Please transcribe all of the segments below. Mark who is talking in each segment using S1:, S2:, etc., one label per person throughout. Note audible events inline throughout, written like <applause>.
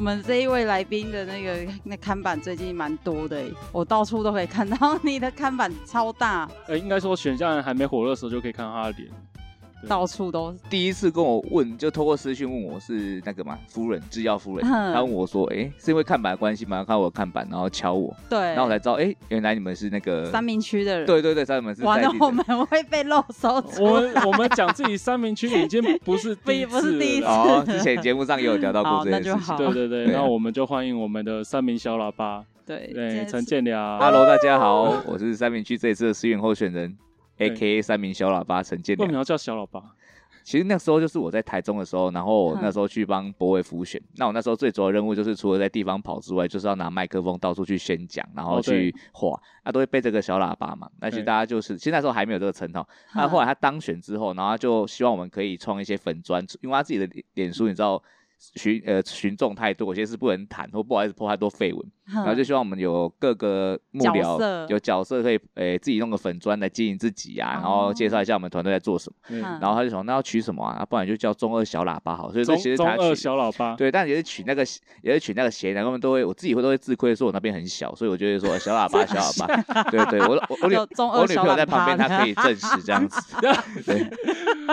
S1: 们这一位来宾的那个 <laughs> 那看板最近蛮多的耶，欸我到处都可以看到你的看板超大，
S2: 呃，应该说选项还没火热的时候就可以看到他的脸。对
S1: 到处都
S3: 第一次跟我问，就透过私讯问我是那个嘛夫人，制药夫人，
S1: 嗯
S3: 他问我说，哎、是因为看板的关系吗？看我的看板，然后敲我，
S1: 对
S3: 然后我才知道，哎、原来你们是那个
S1: 三明区的人。
S3: 对对对，三门是
S1: 完
S3: 在
S1: 了
S3: 地，
S1: 我
S3: 的。
S1: 们会被漏收出
S2: 我们我们讲自己三明区已经不是第一
S1: 不是
S2: 次
S1: 第一
S2: 了
S1: 次
S2: 啦。
S3: 哦，之前节目上也有聊到
S1: <laughs>
S3: 过
S1: 好
S3: 这
S1: 那
S3: 件
S1: 就
S3: 事情
S1: 好。
S2: 对对对，
S3: 对
S2: 那我们就欢迎我们的三名小喇叭，
S1: 对
S2: 对，
S1: 真
S2: 陈
S1: 是
S2: 建良。
S3: Hello，大家好，我是三明区这一次的市运候选人
S2: 对
S3: ，A.K.A 三明小喇叭陈建
S2: 为什么
S3: 良。
S2: 要叫小喇叭？
S3: 其实那时候就是我在台中的时候，然后我那时候去帮博伟辅选。那我那时候最主要的任务就是除了在地方跑之外，就是要拿麦克风到处去宣讲，然后
S2: 哦对
S3: 去画，那都会背这个小喇叭嘛。那其实
S2: 对
S3: 大家就是，其实那时候还没有这个称号。那啊后来他当选之后，然后他就希望我们可以创一些粉砖，因为他自己的脸脸书你知道。群呃群众太多，有些是不能谈或不好意思破太多绯闻，然后就希望我们有各个幕
S1: 角色
S3: 僚有角色可以诶、呃自己弄个粉砖来经营自己啊，然后
S2: 哦
S3: 介绍一下我们团队在做什么。
S2: 嗯
S1: 嗯
S3: 然后他就想，那要取什么啊？啊不然就叫中二小喇叭好。所以这
S2: 中
S3: 其实
S2: 中
S3: 他
S2: 二
S3: 取
S2: 小喇叭，
S3: 对，但也是取那个也是取那个谐音，他们都会我自己会都会自愧说我那边很小，所以我就会说小喇叭小喇叭。
S1: <laughs>
S3: 对对，我我我女
S1: 有中二
S3: 我女朋
S1: 小
S3: 友
S1: 喇
S3: 在旁边，
S1: 叭
S3: 她可以证实这样子。对，
S1: <laughs>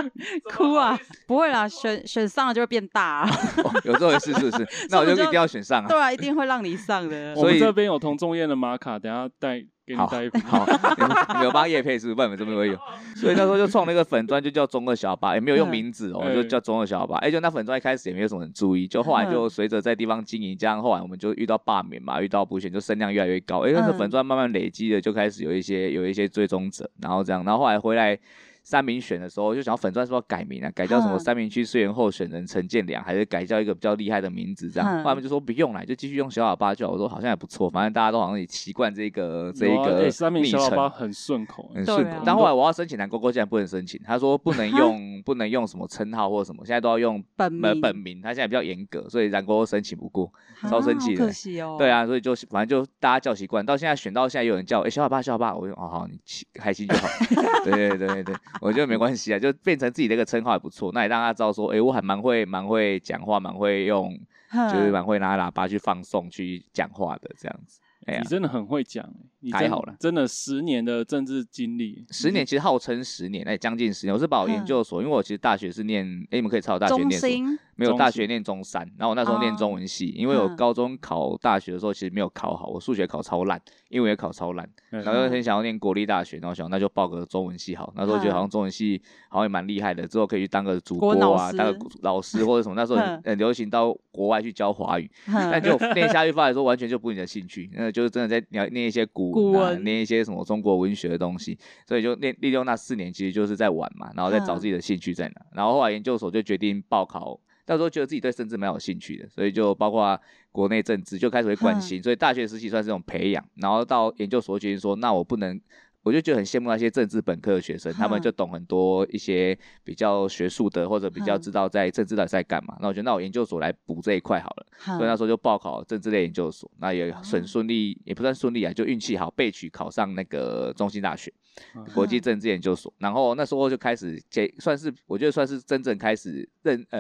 S1: 哭啊，不会啦，选选上了就会变大、啊，
S3: <laughs> 哦有这回事是
S1: <laughs>
S3: 不是？那我
S1: 所以
S3: 就
S1: 我就
S3: 一定要选上啊
S1: 对。啊，一定会让你上
S3: <laughs>
S1: 的。
S2: 我
S3: 所
S2: 们
S3: 以
S2: 这边有同仲彦的玛卡，等一下带给你
S3: 好
S2: 带一瓶。
S3: <laughs> 好，你们你们有帮叶配是不是？不然你们这边会
S1: <laughs>
S3: 有，所以那时候就创了一个粉砖，就叫中二小喇叭，也没有
S1: <laughs>
S3: 用
S1: 嗯
S3: 名字哦，
S2: 嗯
S3: 就叫中二小喇叭。哎，就那粉砖一开始也没有什么人注意，就后来
S1: 嗯
S3: 就随着在地方经营，这样后来我们就遇到罢免嘛，遇到补选，就声量越来越高。哎，那个
S1: 嗯
S3: 粉砖慢慢累积的，就开始有一些有一些追踪者，然后这样，然后后来回来。三民选的时候，就想要粉钻是不是要改名啊？改叫什么
S1: 嗯
S3: 三民区虽然候选人陈建良，还是改叫一个比较厉害的名字这样？后
S1: 嗯
S3: 来他们就说不用了，就继续用小喇叭就好。我说好像也不错，反正大家都好像也习惯这个这一
S2: 有啊
S3: 个嗯
S2: 哎三名
S3: 昵
S2: 小喇
S3: 称。
S2: 叭很顺口，哎
S3: 很
S1: 对
S3: 顺
S1: 啊
S3: 口。但后来我要申请蓝勾勾，竟然不能申请，他说不能用不能用什么称号或什么，现在都要用
S1: 本
S3: 呃
S1: 名
S3: 本名，他现在比较严格，所以蓝勾勾申请不过。
S1: 啊
S3: 超生气
S1: 好
S3: 的
S1: 可惜哦。
S3: 对，啊，所以就反正就大家叫习惯，到现在选到现在有人叫我，哎、小喇叭小喇叭，我就哦好，你起开心就好。 <laughs> 对对对对，我觉得没关系啊，就变成自己的一个称号也不错，那也让他知道说，哎、我还蛮会蛮会讲话，蛮会用，
S1: 嗯
S3: 就是蛮会拿喇叭去放送去讲话的这样子。哎呀
S2: 你，真的很会讲，哎你
S3: 还
S2: 真
S3: 好啦
S2: 真的十年的政治经历，
S3: 十
S1: 嗯
S3: 年其实号称十年，哎，将近十年。我是把我研究所，因为我其实大学是念，哎，你们可以查我大学
S1: 中
S3: 念什么 <laughs>
S1: 心
S3: 没有
S2: 中
S3: 大
S2: 心
S3: 学念中三，然后我那时候念
S1: 哦
S3: 中文系，因为我
S1: 嗯
S3: 高中考大学的时候其实没有考好，我数学考超烂，英文也考超烂，
S2: 嗯
S3: 然后又很想要念国立大学，然后想那就报个中文系好，那时候觉得好像中文系好像也蛮厉害的，之后可以去当个主
S1: 嗯国
S3: 播
S1: 文老
S3: 啊，
S1: 师
S3: 当个老师或者什么，
S1: <laughs>
S3: 那时候很
S1: 嗯
S3: 很流行到国外去教华语，
S1: 哼
S3: 但就念下去发现说完全就不是你的兴趣，那就是真的在你要念一些古
S1: 古
S3: 文啊，
S1: 文
S3: 念一些什么中国文学的东西，所以就念利用那四年其实就是在玩嘛，然后再找
S1: 嗯
S3: 自己的兴趣在哪，然后后来研究所就决定报考。到时候觉得自己对政治蛮有兴趣的，所以就包括国内政治就开始会关
S1: 嗯
S3: 心，所以大学时期算是一种培养，然后到研究所决定说，那我不能，我就觉得很羡慕那些政治本科的学生，他们
S1: 嗯
S3: 就懂很多一些比较学术的，或者比较
S1: 嗯
S3: 知道在政治到底在干嘛。那我觉得那我研究所来补这一块好了。
S4: 嗯
S3: 所以那时候就报考政治类研究所，那也很
S1: 哦
S3: 顺利，也不算顺利啊，就运气好被取考上那个中兴大学
S2: 嗯
S3: 国际
S1: 嗯
S3: 政治研究所。然后那时候就开始接，算是我觉得算是真正开始认呃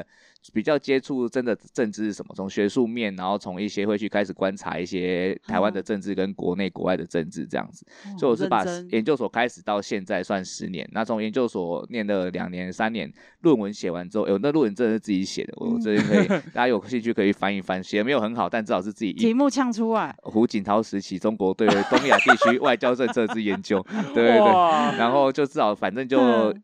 S3: 比较接触真的政治是什么，从学术面，然后从一些会去开始观察一些台湾的
S1: 嗯
S3: 政治跟国内国外的政治这样子。
S1: 哦
S3: 所以我是
S1: 认
S3: 把哎
S1: 真
S3: 研究所开始到现在算十年，那从研究所念了两年、三年，论文写完之后，哎、我那论文真的是自己写的，我
S1: 嗯
S3: 这边可以，大家有兴趣可以翻一翻，写的没有很好，但至少是自己
S1: 题
S3: 一。
S1: 目呛出来，
S3: 胡锦涛时期
S1: <laughs>
S3: 中国对东亚地区外交政策之研究，对对对，
S2: 哇，
S3: 然后就至少反正就
S1: 嗯。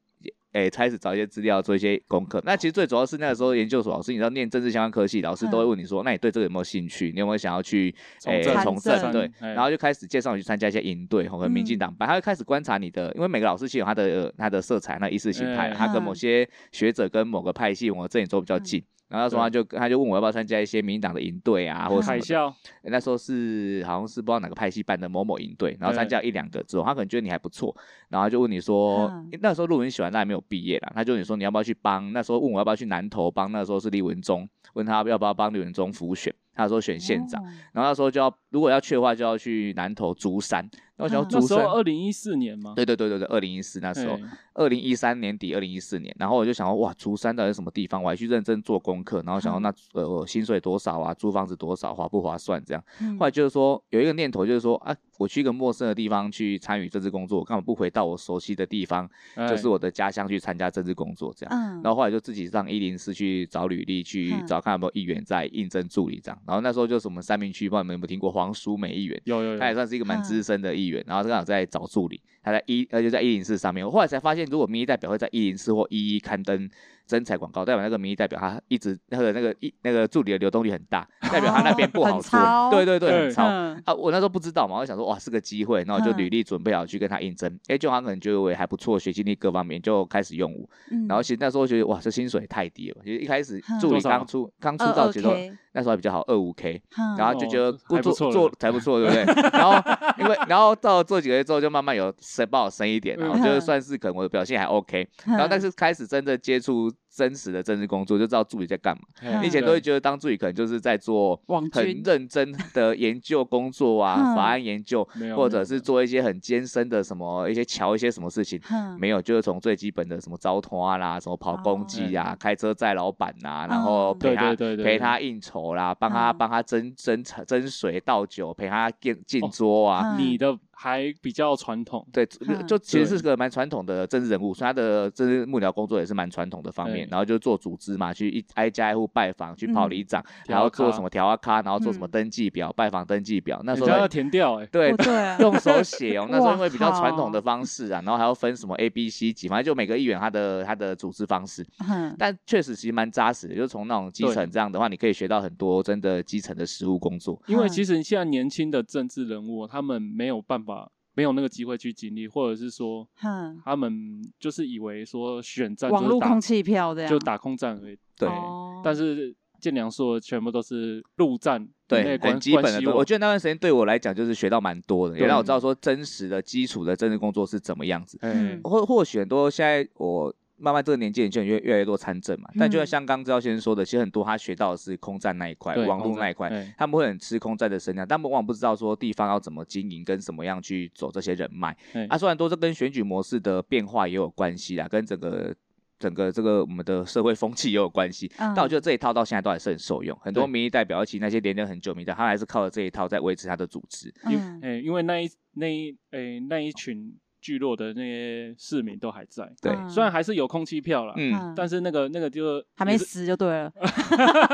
S3: 哎、开始找一些资料，做一些功课。那其实最主要是那个时候研究所老师，你知道念政治相关科系，老师都会
S1: 嗯
S3: 问你说，那你对这个有没有兴趣？你有没有想要去
S2: 从
S3: 哎
S2: 政
S3: 从
S1: 参
S3: 政？
S1: 政
S3: 对，
S2: 哎
S3: 然后就开始介绍你去参加一些营队，和民进
S1: 嗯
S3: 党派，他会开始观察你的，因为每个老师其实有他的他的色彩，那意识形态，
S2: 哎
S3: 他跟某
S1: 嗯
S3: 些学者跟某个派系、某个阵营都比较
S1: 嗯
S3: 近。然后那时候他就他就问我要不要参加一些民进党的营队啊，或者什
S2: 海
S3: 么的
S2: 啸，
S3: 欸那时候是好像是不知道哪个派系办的某某营队，然后参加一两个之后，他可能觉得你还不错，然后就问你说，
S1: 嗯
S3: 欸那时候陆文喜欢，但还没有毕业啦，他就问你说你要不要去帮？那时候问我要不要去南投帮，那时候是李文忠，问他要不要帮李文忠辅选，他说选县长，
S1: 哦
S3: 然后那时候就要如果要去的话就要去南投竹山，要想
S1: 嗯
S3: 要
S2: 啊那
S3: 竹
S2: 时
S3: 生
S2: 候。二零一四年嘛，
S3: 对对对对对，二零一四那时候
S2: 嘿，，
S3: 二零一三年底，二零一四年，然后我就想说，哇，竹山到底是什么地方？我还去认真做功课，然后想说，
S1: 嗯
S3: 那呃，我薪水多少啊？租房子多少？划不划算？这样，
S1: 嗯
S3: 后来就是说，有一个念头就是说，啊，我去一个陌生的地方去参与政治工作，我干嘛不回到我熟悉的地方，
S2: 哎
S3: 就是我的家乡去参加政治工作？这样。
S1: 嗯，
S3: 然后后来就自己上一零四去找履历，去
S1: 嗯
S3: 找看有没有议员在应征助理这样。然后那时候就是我们三明区，不知道你们有没有听过黄淑美议员，
S2: 有有有，
S3: 她也算是一个蛮
S1: 嗯
S3: 资深的议员。然后刚好在找助理，她在一呃就在一零四上面。我后来才发现，如果民意代表会在一零四或一一刊登征才广告，代表那个民意代表他一直他的那个一那个助理的流动率很大，代表他那边不好
S1: 很
S3: 做。
S1: 超
S3: 对对对，很
S2: 对
S3: 超。
S1: 嗯
S3: 啊，我那时候不知道嘛，我就想说哇是个机会，然后就履历准备好去跟他应征，哎、就他可能觉得我也还不错，学经历各方面就开始用我，
S1: 嗯
S3: 然后其实那时候觉得哇这薪水太低了，其实一开始
S1: 嗯
S3: 助
S2: 多
S3: 理
S2: 少
S3: 刚出刚出
S1: 二
S3: 道
S1: 二
S3: 其实都
S1: K，
S3: 那时候还比较好二五 K，
S1: 嗯
S3: 然后就觉
S2: 哦
S3: 得
S2: 还不
S3: 做
S2: 错了
S3: 做
S2: <laughs>
S3: 才不错，对不对？ <laughs> 然后因为然后到做几个月之后就慢慢有升帮我升一点，然后
S1: 嗯
S3: 就是算是可能我的表现还 OK，然后但是开始真的接触真实的政治工作，就知道助理在干嘛。
S1: 嗯
S2: 嘿
S3: 以前都会觉得当助理可能就是在做
S1: 网
S3: 很
S1: 军
S3: 认真的研究工作啊，
S1: 嗯
S3: 法案研究，
S2: 没有
S3: 或
S2: 没
S3: 者
S2: 有
S3: 是做一些很艰深的什么一些瞧一些什么事情。
S1: 嗯
S3: 没有，就是从最基本的什么招通啊啦，什么
S2: 哦
S3: 跑公祭啊，开车载老板呐、啊，然后
S1: 嗯
S3: 陪他
S2: 对对对对对
S3: 陪
S2: 哦
S3: 他应酬啦，帮他、
S1: 嗯
S3: 帮他斟斟茶斟水倒酒，陪他敬
S2: 哦
S3: 敬桌啊，
S1: 嗯
S2: 你的还比较传统，
S3: 对，就
S1: 嗯
S3: 就其实
S2: 对
S3: 是个蛮传统的政治人物，所以他的政治幕僚工作也是蛮传统的方面
S2: 对，
S3: 然后就做组织嘛，去一挨家挨户拜访，去跑
S1: 嗯
S3: 里长，
S2: 调
S3: 然后
S2: 啊
S3: 做
S2: 咖
S3: 什么调啊咖，然后做什么
S1: 嗯
S3: 登记表、拜访登记表，那时
S2: 人
S3: 候
S2: 家要
S3: 还
S2: 填掉哎，
S3: 对
S1: 哦对啊
S3: <laughs> 用手写哦，那时候
S1: 哇
S3: 因为比较传统的
S1: 靠
S3: 方式啊，然后还要分什么 A、B、C 几，反正就每个议员他的他的组织方式，
S1: 嗯
S3: 但确实其实蛮扎实的，就是从那种基
S2: 对
S3: 层这样的话，你可以学到很多真的基层的实务工作。
S2: 因为
S1: 嗯
S2: 其实现在年轻的政治人物，他们没有办法，没有那个机会去经历，或者是说，
S1: 嗯，
S2: 他们就是以为说选战
S1: 网
S2: 就是
S1: 络
S2: 打
S1: 空气票这样
S2: 就打空战而已。
S3: 对
S1: 哦
S2: 但是建良说的全部都是陆战，
S3: 对，很
S2: 关
S3: 基本的
S2: 关
S3: 东
S2: 系
S3: 西。
S2: 网
S3: 我觉得那段时间对我来讲就是学到蛮多的，也
S2: 对
S3: 让我知道说真实的基础的政治工作是怎么样子。
S2: 哎
S1: 嗯，
S3: 或或许很多现在我慢慢这个年纪，你就越越来越多参政嘛。但就
S1: 嗯
S3: 像刚刚赵先生说的，其实很多他学到的是空战那一块，
S2: 对
S3: 网络
S2: 空战
S3: 那一块
S2: 对，
S3: 他们会很吃空战的声量，但往往不知道说地方要怎么经营，跟怎么样去走这些人脉。
S2: 哎
S3: 啊，虽然都是跟选举模式的变化也有关系啦，跟整个整个这个我们的社会风气也有关系。
S1: 嗯
S3: 但我觉得这一套到现在都还是很受用，很多
S2: 对
S3: 民意代表，尤其那些连任很久民意代表，他还是靠着这一套在维持他的组织。
S2: 因
S1: 嗯
S2: 哎，因为那一那一哎那一群聚落的那些市民都还在，
S3: 对，
S1: 嗯
S2: 虽然还是有空气票啦，
S3: 嗯，
S2: 但是那个那个就
S1: 还没死就对了，
S3: <laughs>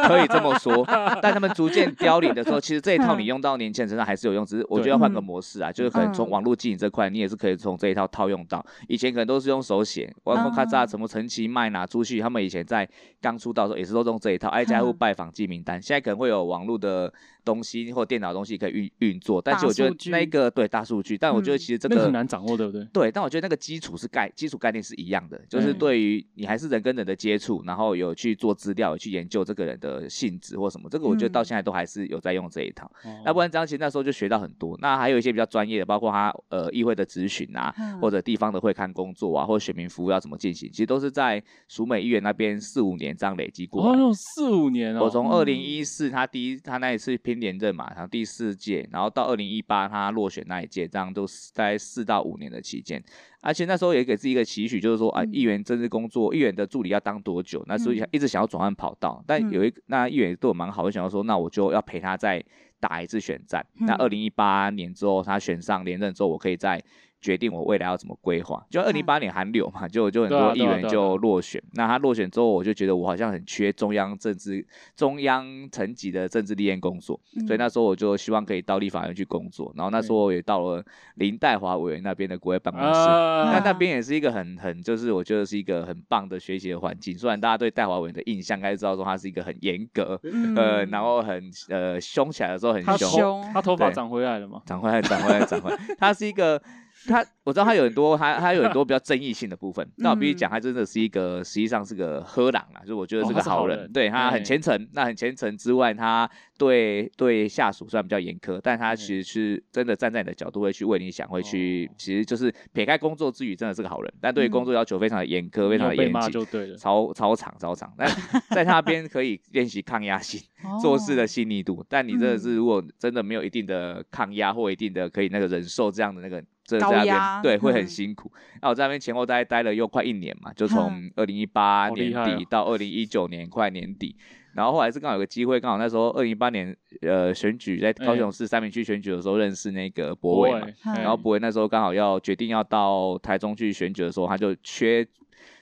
S3: 可以这么说。但他们逐渐凋零的时候，其实这一套你用到年轻人身上还是有用，只是我觉得要换个模式啊，就是可能从
S1: 嗯
S3: 网络经营这块，你也是可以从这一套套用到。以前可能都是用手写，包括咔嚓
S1: 嗯
S3: 什么陈其迈呐、朱旭，他们以前在刚出道的时候也是都用这一套，挨家挨户
S1: 嗯
S3: 拜访记名单。现在可能会有网络的东西或电脑的东西可以运运作，但是
S1: 大
S3: 我觉得
S1: 数据
S3: 那个对大数据，但我觉
S1: 嗯
S3: 得其实这
S2: 那个
S3: 个
S2: 很难掌握，对不对？
S3: 对，但我觉得那个基础是概基础概念是一样的，就是
S1: 嗯
S3: 对于你还是人跟人的接触，然后有去做资料，有去研究这个人的性质或什么，这个我觉得到
S1: 嗯
S3: 现在都还是有在用这一套。
S2: 哦
S3: 那不然这样，其实那时候就学到很多。那还有一些比较专业的，包括他呃议会的咨询啊，或
S1: 者
S3: 者地方的会刊工作啊，或者选民服务要怎么进行，其实都是在署美议员那边四五年这样累积过
S2: 哦，
S3: 来的。
S2: 那四五年哦，
S3: 我从
S1: 嗯
S3: 二零一四他第一他那一次拼连任嘛，然后第四届，然后到二零一八他落选那一届，这样都是大概四到五年的期间。而且那时候也给自己一个期许，就是说啊，
S1: 嗯
S3: 议员政治工作，议员的助理要当多久？那所以
S1: 嗯
S3: 一直想要转换跑道，但
S1: 嗯
S3: 有一个那议员对我蛮好，我想要说，那我就要陪他再打一次选战。那二
S1: 嗯
S3: 零一八年之后他选上连任之后，我可以再。决定我未来要怎么规划，
S1: 嗯
S3: 就二零一八年韩流嘛，就就很
S2: 对
S3: 多
S2: 啊
S3: 议
S2: 对啊
S3: 员
S2: 对啊
S3: 就落选。那他落选之后，我就觉得我好像很缺中央政治、中央层级的政治历练工作，
S1: 嗯
S3: 所以那时候我就希望可以到立法院去工作。然后那时候我也到了林黛华委员那边的国会办公室，那
S1: 嗯
S2: 啊
S3: 那边也是一个很很就是我觉得是一个很棒的学习的环境。虽然大家对戴华委员的印象应该知道说他是一个很严格，
S4: 嗯
S1: 嗯
S3: 呃，然后很呃凶起来的时候很
S2: 他
S1: 很
S3: 凶，
S1: 凶
S2: 头他头发
S3: 对
S2: 长回来了嘛？ <laughs>
S3: 长回来，长回来，长回来。他是一个他我知道他有很多，他他有
S2: <laughs>
S3: 很多比较争议性的部分。
S2: 嗯
S3: 但我必须讲，他真的是一个实际上是个喝郎啊，就是我觉得
S2: 哦
S3: 是
S2: 他
S3: 个
S2: 是好
S3: 好人，
S2: 人
S3: 对他很
S2: 哎
S3: 虔诚。那很虔诚之外，他对对下属虽然比较严苛，但他
S2: 哎
S3: 其实是真的站在你的角度会去为你想，会去
S2: 哦
S3: 其实就是撇开工作之余，真的是个好人，但对于工
S1: 嗯
S3: 作要求非常的严苛，
S2: 没
S3: 非常
S2: 有
S3: 的
S2: 被
S3: 严
S2: 骂
S3: 谨。
S2: 就对了。
S3: 超超长超长，但在他那边可以练习抗压性，做事
S1: 哦
S3: 的细腻度。但你真
S1: 嗯
S3: 的是，如果真的没有一定的抗压或一定的可以那个忍受这样的那个，真的
S1: 高
S3: 在那
S1: 压
S3: 边对会很
S1: 嗯
S3: 辛苦。那我在那边前后大概待了又快一年嘛，就从
S1: 嗯
S3: 二零一八
S2: 好
S3: 年
S2: 厉害
S3: 底
S2: 哦
S3: 到二零一九年快年底。然后后来是刚好有个机会，刚好那时候二零一八年呃选举在高
S2: 哎
S3: 雄市三明区选举的时候认识那个博伟嘛，
S1: 嗯
S3: 然后博伟那时候刚好要决定要到台中去选举的时候，他就缺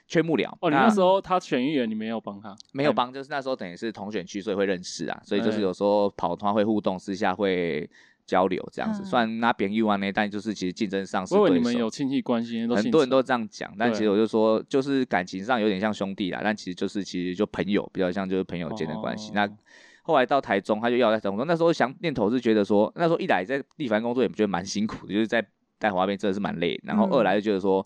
S3: 缺幕僚。
S2: 哦，你那时候他选议员，你没有帮他，
S3: 没有帮，就是那时候等于是同选区，所以会认识啊，所以就
S2: 嗯
S3: 是有时候跑团会互动，私下会交流这样子。
S1: 嗯
S3: 虽然那边 U 完呢，但就是其实竞争上是
S2: 我以为
S3: 对
S2: 你们有
S3: 手。
S2: 亲戚关系，因为
S3: 很
S2: 姓
S3: 多人
S2: 陈
S3: 都这样讲，但
S2: 对
S3: 其实我就说，就是感情上有点像兄弟啦，但其实就是其实就朋友，比较像就是朋友间的关系。
S2: 哦
S3: 那后来到台中，他就要在台中，那时候想念头是觉得说，那时候一来在地盘工作也觉得蛮辛苦的，就是在带华那边真的是蛮累的，然后
S1: 嗯
S3: 二来就觉得说。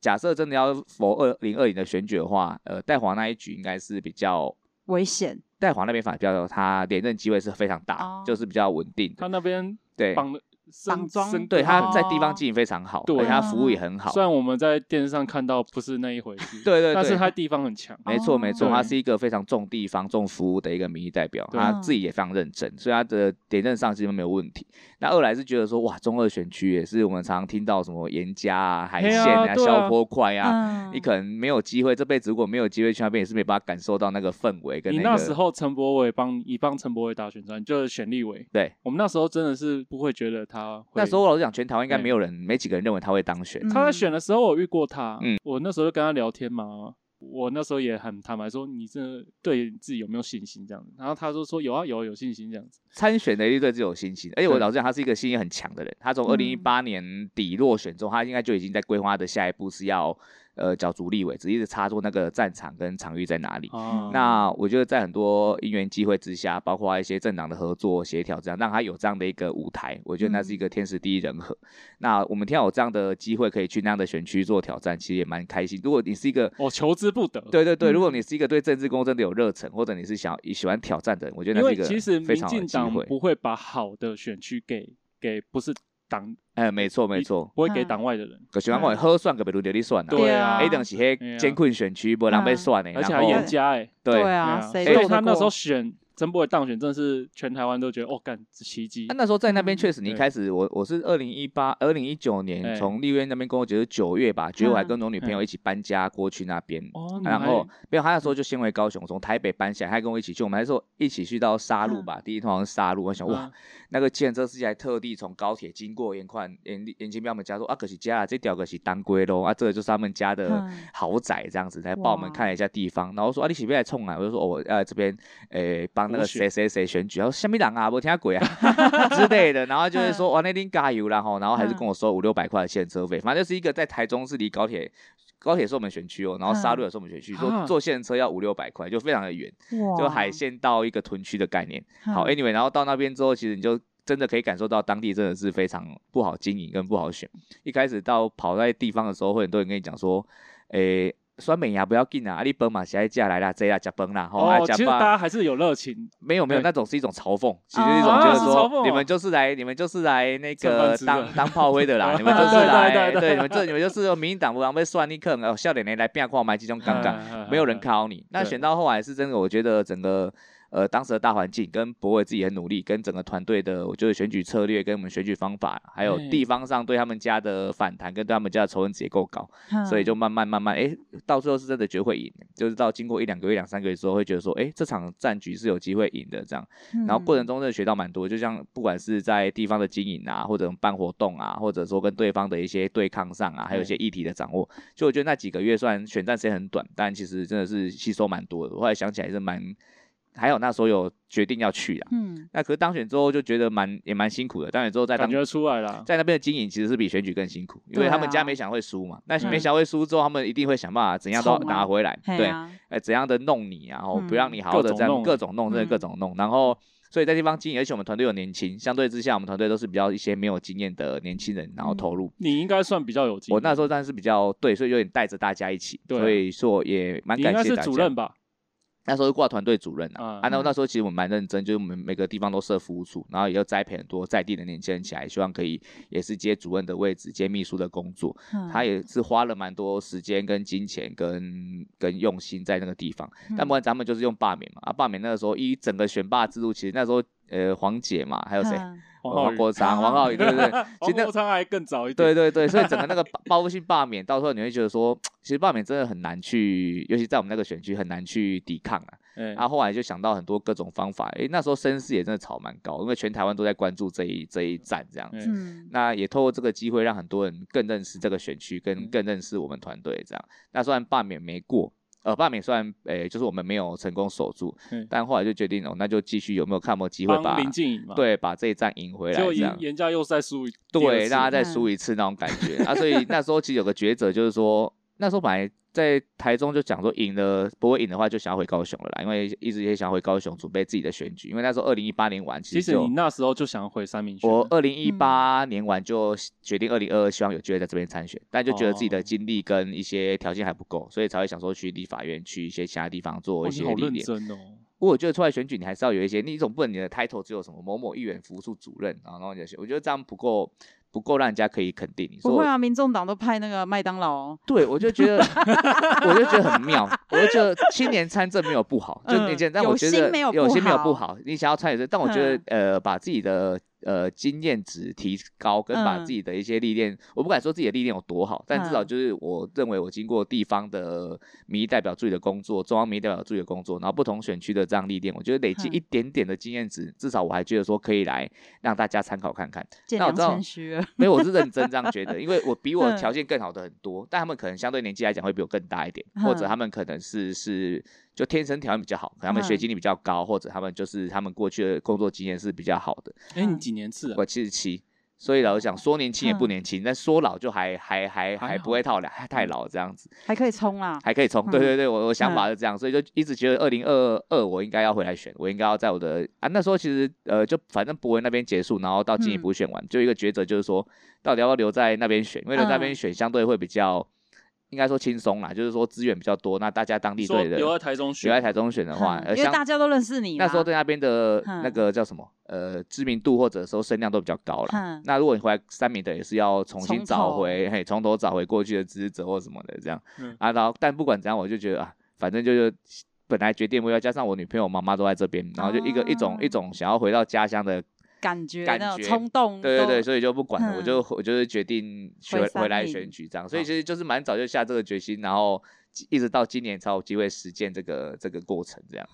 S3: 假设真的要否二零二零的选举的话，呃，戴华那一局应该是比较
S1: 危险，
S3: 戴华那边反而比较，他连任机会是非常大，
S1: 哦
S3: 就是比较稳定的
S2: 他。那边
S3: 对
S2: 绑的身
S1: 绑桩
S2: 身
S3: 对，
S2: 格
S3: 他
S2: 很
S3: 在地
S1: 哦
S3: 方经营非常好，
S2: 对
S3: 而且他服务也
S1: 嗯
S3: 很好。
S2: 虽然我们在电视上看到不是那一回事，
S3: 对对
S2: 但是
S3: 对
S2: 他地方很强，
S3: 没错
S1: 哦
S3: 没错，
S2: 对
S3: 他是一个非常重地方、重服务的一个民意代表，
S2: 对
S3: 他
S1: 嗯
S3: 自己也非常认真，所以他的点阵上其实没有问题。那二来是觉得说，哇，中二选区也是我们常常听到什么盐家啊、海
S2: 嘿
S3: 鲜
S2: 啊
S3: 啊、
S2: 对啊
S3: 消波块啊，
S1: 嗯
S3: 你可能没有机会，这辈子如果没有机会去那边，也是没办法感受到那个氛围 <laughs> 跟
S2: 你
S3: 个。
S2: 那时候陈柏伟帮你帮陈柏伟打选战，就是选立委。
S3: 对，
S2: 我们那时候真的是不会觉得他会。
S3: 那时候我老实讲，全台湾应该
S2: 对
S3: 没有人、没几个人认为他会当选。
S1: 嗯
S2: 他在选的时候，我遇过他，
S3: 嗯
S2: 我那时候就跟他聊天嘛，我那时候也很坦白说，你这对你自己有没有信心这样子？然后他就说有啊有啊有信心这样子。
S3: 参选的一队只有信心，而且我
S2: 对
S3: 老实讲，他是一个信心很强的人。他从二
S1: 嗯
S3: 零一八年底落选之后，他应该就已经在规划他的下一步是要呃角逐立委，只是一直插入那个战场跟场域在哪里。
S2: 啊，
S3: 哦那我觉得在很多因缘机会之下，包括一些政党的合作协调，这样让他有这样的一个舞台，我觉得那
S2: 嗯
S3: 是一个天时地利人和。那我们听到有这样的机会可以去那样的选区做挑战，其实也蛮开心。如果你是一个
S2: <laughs> 我求之不得。，
S3: 对对对，如果
S1: 嗯
S3: 你是一个对政治工作真的有热忱，或者你是想要喜欢挑战的人，我觉得
S2: 因
S3: 那
S2: 为
S3: 是一个
S2: 其实
S3: 非
S2: 民
S3: 常好的
S2: 进
S3: 机
S2: 党
S3: 会。
S2: 不会把好的选区给给不是党，
S3: 哎，没错没错，
S2: 不会给
S1: 嗯
S2: 党外的人。
S3: 可是我讲好选个别轮流你选啦。
S1: 对
S2: 啊
S1: 啊，
S3: A 等是迄艰困选区，无人被选的，
S2: 而且
S3: 然
S2: 还
S3: 后
S2: 严加哎、欸，
S3: 嗯对。
S1: 对
S3: 啊
S1: 啊，
S2: 所
S1: 谁
S2: 以
S1: 做
S2: 他
S1: 得
S2: 那时候
S1: 过？
S2: 选曾博伟当选，真的是全台湾都觉得哦，干奇迹。
S3: 啊那时候在那边
S1: 嗯
S3: 确实，你一
S2: 对
S3: 开始我我是二零一八、二零一九年
S2: 哎
S3: 从立院那边工作，就是九月吧，九月我还
S1: 嗯
S3: 跟我女朋友一起搬家过去那边。
S2: 哦，你
S3: 然
S2: 还
S3: 后没有，他那时候就先回高雄，从台北搬下来，他跟我一起去，我们那时候一起去到沙鹿吧，第一趟是沙鹿，我想哇，
S2: 嗯
S3: 那个计程车司机还特地从高铁经过严宽严严清彪他们家说啊，可是家啊，这条可是当归喽啊，这个就是他们家的
S1: 嗯
S3: 豪宅这样子，来帮我们
S1: 哇
S3: 看了一下地方，然后说啊，你是不是来冲啊？我就说哦，我呃这边诶帮那个
S2: 补选
S3: 谁谁谁选举，然后下面人啊， <laughs> 我听鬼啊之类的，然后就是说哇那天加油啦吼，然后还是跟我收五六百块的现车费，反正就是一个在台中市离高铁。高铁是我们选区哦，然后沙鹿也是我们选区，说
S2: 嗯啊
S3: 坐现车要五六百块，就非常的远，
S1: 哇
S3: 就海线到一个屯区的概念。好
S1: 嗯
S3: ，anyway，然后到那边之后，其实你就真的可以感受到当地真的是非常不好经营跟不好选。一开始到跑在地方的时候，会很多人跟你讲说，诶、酸梅呀，不要进啊，啊你本嘛是爱嫁来啦，这啦加崩啦，吼，啊
S2: 哦，
S3: 加
S2: 其实大
S3: 崩。
S2: 家还是有热情，
S3: 没有没有，
S2: 对
S3: 那种是一种嘲讽，其实是一种就是
S2: 啊是嘲讽
S3: 说，
S2: 哦
S3: 你们就是来你们就是来那
S2: 蹭饭
S3: 个
S2: 吃的
S3: 当当炮灰的啦
S2: <laughs> 啊，
S3: 你们就是来
S2: 对对对对
S3: 对你们这你们就是民进党不然被算你可能哦笑脸来来变矿买这种嗯尴尬，
S2: 尬
S3: 没有人。考你。那
S2: 嗯对
S3: 选到后来是真的，我觉得整个呃当时的大环境跟博伟自己很努力，跟整个团队的我觉得选举策略跟我们选举方法，还有
S2: 哎
S3: 地方上对他们家的反弹跟对他们家的仇恨值也够高，
S4: 嗯
S3: 所以就慢慢慢慢哎、到最后是真的觉得会赢，就是到经过一两个月、两三个月之后，会觉得说哎、这场战局是有机会赢的这样。
S1: 嗯
S3: 然后过程中真的学到蛮多，就像不管是在地方的经营啊，或者办活动啊，或者说跟对方的一些对抗上啊，还有一些议题的掌握，就我觉得那几个月虽然选战时间很短，但其实真的是吸收蛮多的。我后来想起来是蛮，还有那时候有决定要去啊，
S1: 嗯
S3: 那可是当选之后就觉得蛮也蛮辛苦的，当选之后在当
S2: 感觉出来了，
S3: 在那边的经营其实是比选举更辛苦，因为
S1: 对
S3: 他们家
S1: 啊
S3: 没想到会输嘛，那
S2: 嗯
S3: 没想到会输之后，他们一定会想办法怎样都要
S1: 冲啊
S3: 拿回来，
S1: 嘿
S3: 对。
S1: 啊
S3: 哎，怎样的弄你啊，然后不让
S1: 嗯
S3: 你好好
S2: 各
S3: 的
S2: 种
S3: 这样
S2: 弄
S3: 各种弄，真的各
S1: 嗯
S3: 种弄，然后所以在地方经营，而且我们团队有年轻，相对之下，我们团队都是比较一些没有经验的年轻人，然后投入。
S2: 你应该算比较有经验。
S3: 我那时候但是比较对，所以有点带着大家一起，
S2: 对啊
S3: 所以说也蛮
S2: 你应
S3: 感
S2: 该
S3: 谢
S2: 是
S3: 大
S2: 主
S3: 家
S2: 任。吧？
S3: 那时候是挂团队主任啊，
S2: 啊
S3: 啊，那那时候其实我们蛮认真，就是我们每个地方都设服务处，然后也要栽培很多在地的年轻人起来，希望可以也是接主任的位置，接秘书的工作。
S2: 嗯
S3: 他也是花了蛮多时间、跟金钱、跟跟用心在那个地方。
S4: 嗯
S3: 但不管咱们就是用罢免嘛，啊，罢免那个时候一整个选罢制度，其实那时候呃黄姐嘛，还有
S4: 嗯
S3: 谁？
S2: 浩
S3: 黄
S2: 宇，
S3: 国昌、王浩宇，对
S2: <laughs>
S3: 不对？其
S2: 黄
S3: 实那
S2: 国昌还更早一点。
S3: <laughs> 对对对，所以整个那个罢报复性罢免，到时候你会觉得说，其实罢免真的很难去，尤其在我们那个选区很难去抵抗啊。
S2: 哎，
S3: 啊，后来就想到很多各种方法，诶，那时候声势也真的炒蛮高，因为全台湾都在关注这一这一战这样子。
S2: 哎
S1: 嗯，
S3: 那也透过这个机会，让很多人更认识这个选区，跟
S2: 嗯
S3: 更认识我们团队这样。那虽然罢免没过，呃，罢免虽然诶、就是我们没有成功守住，
S2: 嗯
S3: 但后来就决定哦，那就继续有没有看有没有机会把
S2: 帮林静颖嘛，，
S3: 对把这一战赢回来
S2: 结
S3: 这
S2: 果严
S3: 样。
S2: 严家又再输一，
S3: 对，让他
S2: 大家
S3: 再输一次那种感觉、啊。所以那时候其实有个抉择，就是说那时候本来在台中就讲说赢了不会赢的话，就想要回高雄了啦，因为一直也想回高雄准备自己的选举，因为那时候二零一八年完
S2: 其
S3: 其实
S2: 实
S3: 就
S2: 你。那时候就想回三明区，
S3: 我二零一八年完就决定二零二二，希望有机会在这边参选，但就觉得自己
S2: 哦
S3: 的经历跟一些条件还不够，所以才会想说去立法院，去一些其他地方做
S2: 哦
S3: 一
S2: 你
S3: 些
S2: 好
S3: 历
S2: 认
S3: 练。
S2: 真哦，
S3: 不过我觉得出来选举，你还是要有一些，你总不能你的 title 只有什么某某议员服务处主任，啊然后然后你就是，我觉得这样不够，不够让人家可以肯定你。所以
S1: 不
S3: 我
S1: 会啊，民众党都派那个麦当劳
S3: <laughs>
S1: 哦，
S3: 对，我就觉得，我就觉得很妙，我就觉得青年参政没有不好，就那
S1: 嗯
S3: 件，但
S1: 有
S3: 我觉
S1: 心
S3: 得
S1: 没有
S3: 有
S1: 不
S3: 些没有不
S1: 好
S3: 好，你想要参与这，但我觉得
S1: 嗯
S3: 呃，把自己的呃经验值提高，跟把
S1: 嗯
S3: 自己的一些历练，我不敢说自己的历练有多好，但至少
S1: 嗯
S3: 就是我认为我经过地方的民意代表助理的工作，中央民意代表助理的工作，然后不同选区的这样历练，我觉得累积
S1: 嗯
S3: 一点点的经验值，至少我还觉得说可以来让大家参考看看。
S1: 见
S3: 那我
S1: 良
S3: 知道
S1: 谦虚了，
S3: 没有，我是认真这样觉得，因为我比我
S1: 嗯
S3: 条件更好的很多，但他们可能相对年纪来讲会比我更大一点，或者
S1: 嗯
S3: 他们可能是是就天生条件比较好，可能他们学
S1: 嗯
S3: 经历比较高，或者他们就是他们过去的工作经验是比较好的。
S2: 哎，你几年次啊？
S3: 我七十七，所以老实讲，说年轻也不
S1: 嗯
S3: 年轻，但说老就还还还
S2: 还
S3: 还
S2: 好
S3: 不会太老，还太老这样子，
S1: 还可以冲啦，
S3: 还可以冲。对
S1: 嗯
S3: 对对，我我想法是这样，所以就一直觉得二零二二我应该要回来选，我应该要在我的啊那时候其实呃就反正博文那边结束，然后到进一
S1: 嗯
S3: 步选完，就一个抉择就是说到底要不要留在那边选，因为留在那边
S1: 嗯
S3: 选相对会比较应该说轻松啦，就是说资源比较多，那大家当地
S2: 说
S3: 对的
S2: 留在台中学，
S3: 留在台中选 <laughs> 的话，
S1: 嗯
S3: 呃
S1: 因为
S3: 相
S1: 大家都认识你啦，
S3: 那时候对那边的那
S1: 嗯
S3: 个叫什么呃知名度或者说声量都比较高啦。
S1: 嗯
S3: 那如果你回来三米的，也是要重新
S1: 从
S3: 找
S1: 头
S3: 回，嘿，从头找回过去的支持者或什么的这样、
S2: 嗯
S3: 啊。然后，但不管怎样，我就觉得啊，反正就是本来决定我要加上我女朋友、妈妈都在这边，然后就一个、一种一
S1: 哦
S3: 种想要回到家乡的，
S1: 感觉
S3: 感
S1: 那种
S3: 觉
S1: 冲
S4: 嗯
S1: 动，
S3: 对对对，，所以就不管了，我
S1: 嗯
S3: 就我就是决定选
S1: 回三
S3: 回来
S1: 民
S3: 选举这样。所以
S2: 好
S3: 其实就是蛮早就下这个决心，然后一直到今年才有机会实践这个这个过程这样。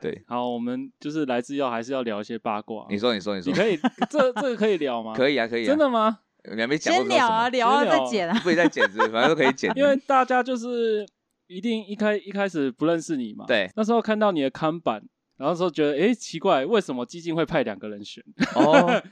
S3: 对，
S2: 好，我们就是来自要还是要聊一些八卦。啊
S3: 你说你说你说
S2: 哦你，可以，这这个可以聊吗？
S3: 可以啊可以啊，
S2: 真的吗？
S3: 你还没讲过
S1: 先聊啊，聊啊
S2: 先聊。
S1: 再剪啊，
S3: 不许再剪是不是反正都可以剪
S2: 因为大家就是一定一开一开始不认识你嘛， <laughs>
S3: 对，
S2: 那时候看到你的看板，然后说觉得诶奇怪，为什么基金会派两个人选？ <laughs>
S3: 哦，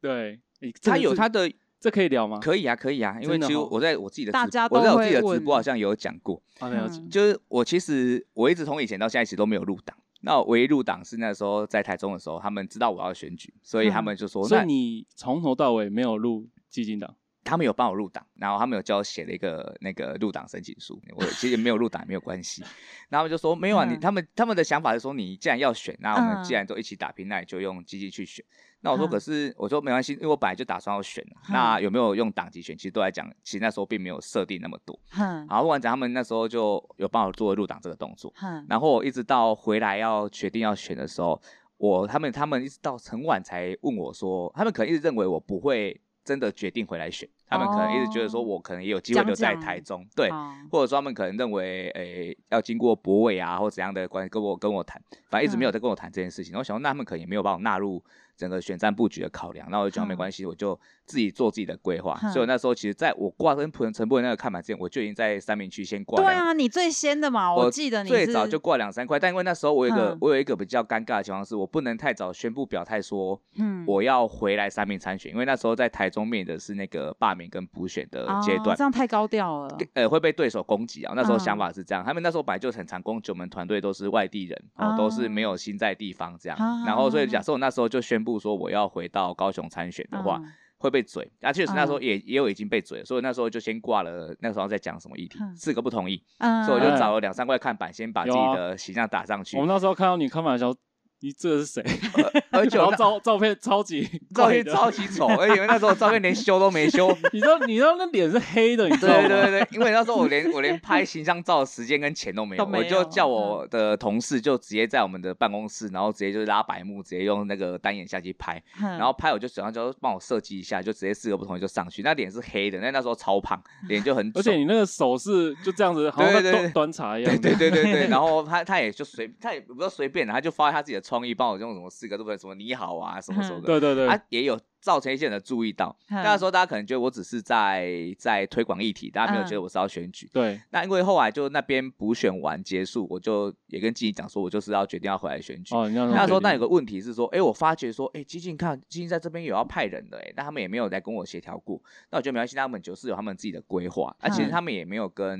S2: 对，诶
S3: 他有他，
S2: 这个是
S3: 的
S2: 这可以聊吗？
S3: 可以啊，可以啊，因为
S2: 真的
S3: 其实
S2: 哦
S3: 我在我自己的直
S1: 大家都
S3: 我在我自己
S1: 会
S3: 的直
S1: 问
S3: 播好像有讲过，
S2: 啊，了解
S1: 嗯
S3: 就是我其实我一直从以前到现在其实都没有入党。那我唯一入党是那时候在台中的时候，他们知道我要选举，所以他们就说，
S2: 嗯所
S3: 那
S2: 以你从头到尾没有录基金党，
S3: 他们有帮我入党，然后他们有叫我写了一个那个入党申请书，我其实也没有入党也没有
S1: <laughs>
S3: 关系。然后他们就说没有啊，你
S1: 嗯
S3: 他们他们的想法是说你既然要选，那我们
S1: 嗯
S3: 既然都一起打拼，那你就用积极去选。那我说
S1: 嗯
S3: 可是我说没关系，因为我本来就打算要选啊、
S1: 嗯
S3: 那有没有用党籍选，其实都来讲，其实那时候并没有设定那么多。
S1: 哼
S3: 好，不管怎样，他们那时候就有帮我做入党这个动作。
S1: 哼，
S3: 然后我一直到回来要决定要选的时候，我他们他们一直到很晚才问我说，他们可能一直认为我不会真的决定回来选，他们可能一直觉得说
S1: 哦
S3: 我可能也有机会留在
S1: 讲讲
S3: 台中，对，
S1: 哦
S3: 或者说他们可能认为诶、要经过
S1: 嗯
S3: 博委啊或怎样的关系跟我跟我谈，反正一直没有在跟我谈这件事情。然后我想说那他们可能也没有把我纳入整个选战布局的考量。那我就讲没
S1: 嗯
S3: 关系，我就自己做自己的规划。
S4: 嗯
S3: 所以我那时候其实在我挂跟普陈柏文那个看板之前，我就已经在三明区先挂
S4: 对
S3: 两。
S4: 啊，你最先的嘛，
S3: 我
S4: 记得你
S3: 最
S4: 是
S3: 早就挂两三块，但因为那时候我有一个、
S4: 嗯
S3: 我有一个比较尴尬的情况是，我不能太早宣布表态说
S4: 嗯
S3: 我要回来三明参选，因为那时候在台中面的是那个罢免跟补选的阶
S4: 哦
S3: 段
S4: 这。样太高调了。
S3: 呃，会被对手攻击啊！那时候想
S4: 嗯
S3: 法是这样，他们那时候本来就很常攻击我们团队，都是外地人，哦，都是没有心在地方这样。
S4: 啊
S3: 然后，所以假设我那时候就宣布说我要回到高雄参选的话，
S4: 嗯
S3: 会被嘴。啊，确实那时候
S4: 嗯
S3: 也、也有已经被嘴了，所以那时候就先挂了。那时候在讲什么议题，
S4: 嗯
S3: 四个不同意，
S4: 嗯，
S3: 所以我就
S2: 嗯
S3: 找了两三块看板，先把自
S2: 有
S3: 己
S2: 啊
S3: 的形象打上去。
S2: 我们那时候看到你看板的时候，你这是谁？
S3: <laughs> 而且
S2: 然后
S3: 我那
S2: 照照片超级
S3: 照
S2: 怪
S3: 片
S2: 的
S3: 超级丑，而且那时候照片连修都没修。
S2: <laughs> 你知道你知道那脸是黑的，你知道吗？
S3: 对对对，因为那时候我连我连拍形象照的时间跟钱都没有，
S4: 都没有嗯
S3: 我就叫我的同事就直接在我们的办公室，然后直接就拉白幕，直接用那个单眼相机拍，
S4: 嗯
S3: 然后拍我就手上就帮我设计一下，就直接四个不同意就上去，那脸是黑的，那那时候超胖，脸就很
S2: <laughs> 而且
S3: <laughs> 肿
S2: 你那个手势就这样子，好像
S3: 对对
S2: 在
S3: 对
S2: 端端茶一样。
S3: 对对对
S2: <laughs>
S3: 对，然后他他也就随他也不是随便的，他就发挥他自己的创意，帮我用什么四个对不对，什么你好啊什么什么的，
S2: 对对对
S3: 啊，也有造成一些人的注意到。
S4: 嗯
S3: 那时候大家可能觉得我只是在在推广议题，大家没有觉得我是要选举。
S2: 对
S3: 那因为后来就那边补选完结束，我就也跟基进讲说，我就是要决定要回来选举。
S2: 哦，你
S3: 那时候那
S2: 那
S3: 有个问题是说，哎、我发觉说，哎、基进看基进在这边有要派人的、哎，那他们也没有来跟我协调过，那我觉得没关系，他们就是有他们自己的规划，那、其实
S4: 嗯
S3: 他们也没有跟，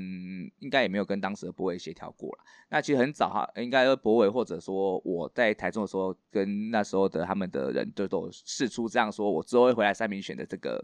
S3: 应该也没有跟当时的博伟协调过了。那其实很早哈，应该博伟或者说我在台中的时候，跟那时候的他们的人就都有试出这样说，我之后会回来三民选的这个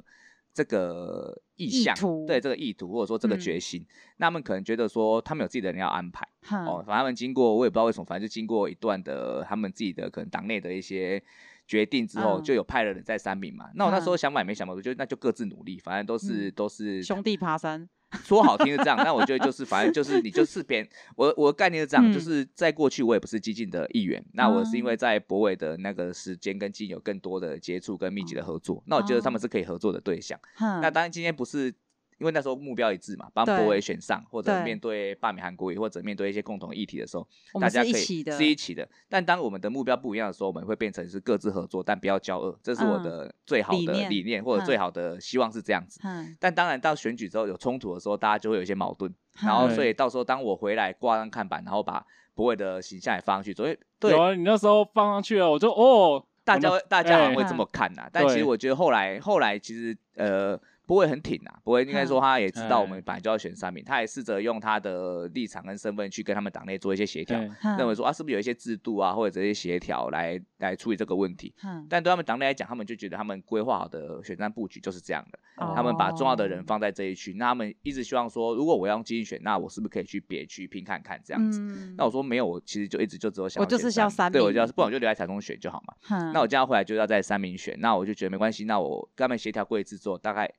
S3: 这个意
S4: 意
S3: 向，
S4: 图
S3: 对这个意图或者说这个
S4: 嗯
S3: 决心，那他们可能觉得说他们有自己的人要安排。
S4: 哼
S3: 哦，反正他们经过我也不知道为什么，反正就经过一段的他们自己的可能党内的一些决定之后，
S4: 嗯
S3: 就有派了人在三民嘛。那我那时候
S4: 嗯
S3: 想法也没想法，我就那就各自努力，反正都是、
S4: 嗯
S3: 都是
S1: 兄弟爬山，
S3: 说好听是这样，但我觉得就是反正就是
S4: <laughs>
S3: 你就是别人，我我的概念是这样，
S4: 嗯
S3: 就是在过去我也不是激进的一员，那我是因
S4: 嗯
S3: 为在博伟的那个时间跟激进有更多的接触跟密
S4: 哦
S3: 集的合作，那我觉得他们是可以合作的对象。
S4: 哼
S3: 那当然今天不是。因为那时候目标一致嘛，
S4: 嗯
S3: 帮
S4: 对
S3: 博伟选上，或者
S4: 对
S3: 面对罢免韩国瑜，或者面对一些共同议题的时候，
S4: 我
S3: 大
S4: 们
S3: 家
S4: 是
S3: 可以
S4: 一起的，
S3: 是一起的。但当我们的目标不一样的时候，我们会变成是各自合作，但不要交恶。这是我
S4: 嗯
S3: 的最好
S4: 理
S3: 的
S4: 念
S3: 理念，或者
S4: 嗯
S3: 最好的希望是这样子。
S4: 嗯
S3: 但当然，到选举之后有冲突的时候，大家就会有一些矛盾。然后，
S2: 嗯
S3: 所以到时候当我回来挂上看板，然后把博伟的形象也放上去，所以对
S2: 有啊，你那时候放上去了，我就哦，
S3: 大家
S2: 我
S3: 会
S2: 那
S3: 大家好像
S2: 哎
S3: 会这么看呐、但其实
S2: 对
S3: 我觉得后来后来其实呃。不会很挺啊，不会应该
S4: 嗯
S3: 说他也知
S2: 哎
S3: 道我们本来就要选三名，他也试着用他的立场跟身份去跟他们党内做一些协调。
S2: 哎
S4: 哼
S3: 认为说啊，是不是有一些制度啊，或者这些协调来来处理这个问题？
S4: 哼
S3: 但对他们党内来讲，他们就觉得他们规划好的选战布局就是这样的，
S4: 哦
S3: 他们把重要的人放在这一区，那他们一直希望说，如果我要用基因选，那我是不是可以去别区拼看看这样子？
S4: 嗯
S3: 那我说没有，我其实就一直就只有想要
S4: 我就是
S3: 选
S4: 要三
S3: 对我
S4: 名
S3: 就要，不然我就留在台中选就好嘛。
S4: 哼
S3: 那我这样回来就要在三民选，那我就觉得没关系，那我跟他们协调过一次之后，大概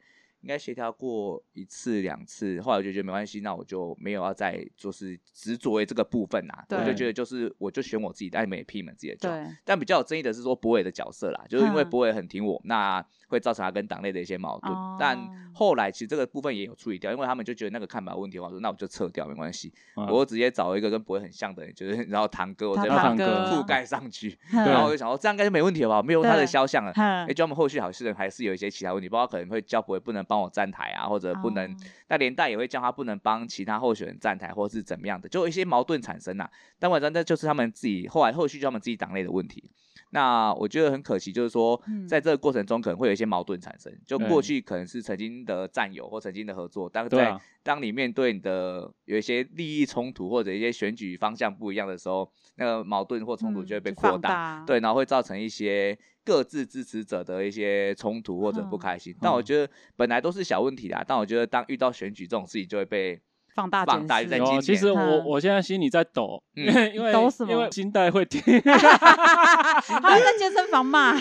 S3: 应该协调过一次两次，后来我就觉得没关系，那我就没有要再就是执着于这个部分啦、我就
S4: 对
S3: 觉得就是我就选我自己的，但你们也批你们自己的就好。
S4: 对
S3: 但比较有争议的是说博伟的角色啦，就是因为
S4: 嗯
S3: 博伟很挺我，那会造成他跟党内的一些矛盾。
S4: 哦
S3: 但后来其实这个部分也有处理掉，因为他们就觉得那个看法有问题的话，我说那我就撤掉没关系，
S2: 嗯
S3: 我就直接找一个跟博伟很像的人，就是 <laughs> 然后堂哥，我
S4: 他
S3: 再把
S2: 堂
S4: 堂
S2: 哥
S4: 哥
S3: 覆盖上去。
S4: 哼
S2: 对
S3: 然后我就想说，这样应该就没问题了吧？没有他的
S4: 对嗯
S3: 肖像了。
S4: 哼
S3: 哎、就他们后续好像还是有一些其他问题，包括可能会叫不会不能帮我站台啊，或者不能，
S4: 哦
S3: 那连带也会叫他不能帮其他候选人站台，或是怎么样的，就有一些矛盾产生啦、啊但我知道那就是他们自己后来后续就他们自己党内的问题。那我觉得很可惜，就是说
S4: 嗯
S3: 在这个过程中可能会有一些矛盾产生，就
S2: 对
S3: 过去可能是曾经的战友或曾经的合作，但
S2: 对
S3: 在
S2: 啊
S3: 当你面对你的有一些利益冲突或者一些选举方向不一样的时候，那个矛盾或冲突
S4: 嗯
S3: 就会被
S4: 就
S3: 扩
S4: 放
S3: 大。
S4: 大
S3: 对，然后会造成一些各自支持者的一些冲突或者不
S4: 嗯
S3: 开心。但我
S2: 嗯
S3: 觉得本来都是小问题啦，但我觉得当遇到选举这种事情就会被
S4: 放大
S3: 放
S4: 检
S3: 大
S4: 视
S3: 在
S2: 有
S3: 今
S2: 啊，其
S3: 年
S2: 实我
S4: 嗯
S2: 我现在心里在抖，
S3: 嗯
S2: 因为因为
S4: 抖什么
S2: 因为心带会停，
S3: 啊
S4: 他们在健身房骂，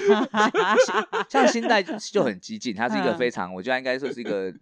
S3: 像新 <laughs> 代就很激进，他是一个
S4: 嗯
S3: 非常，我觉得应该说是一个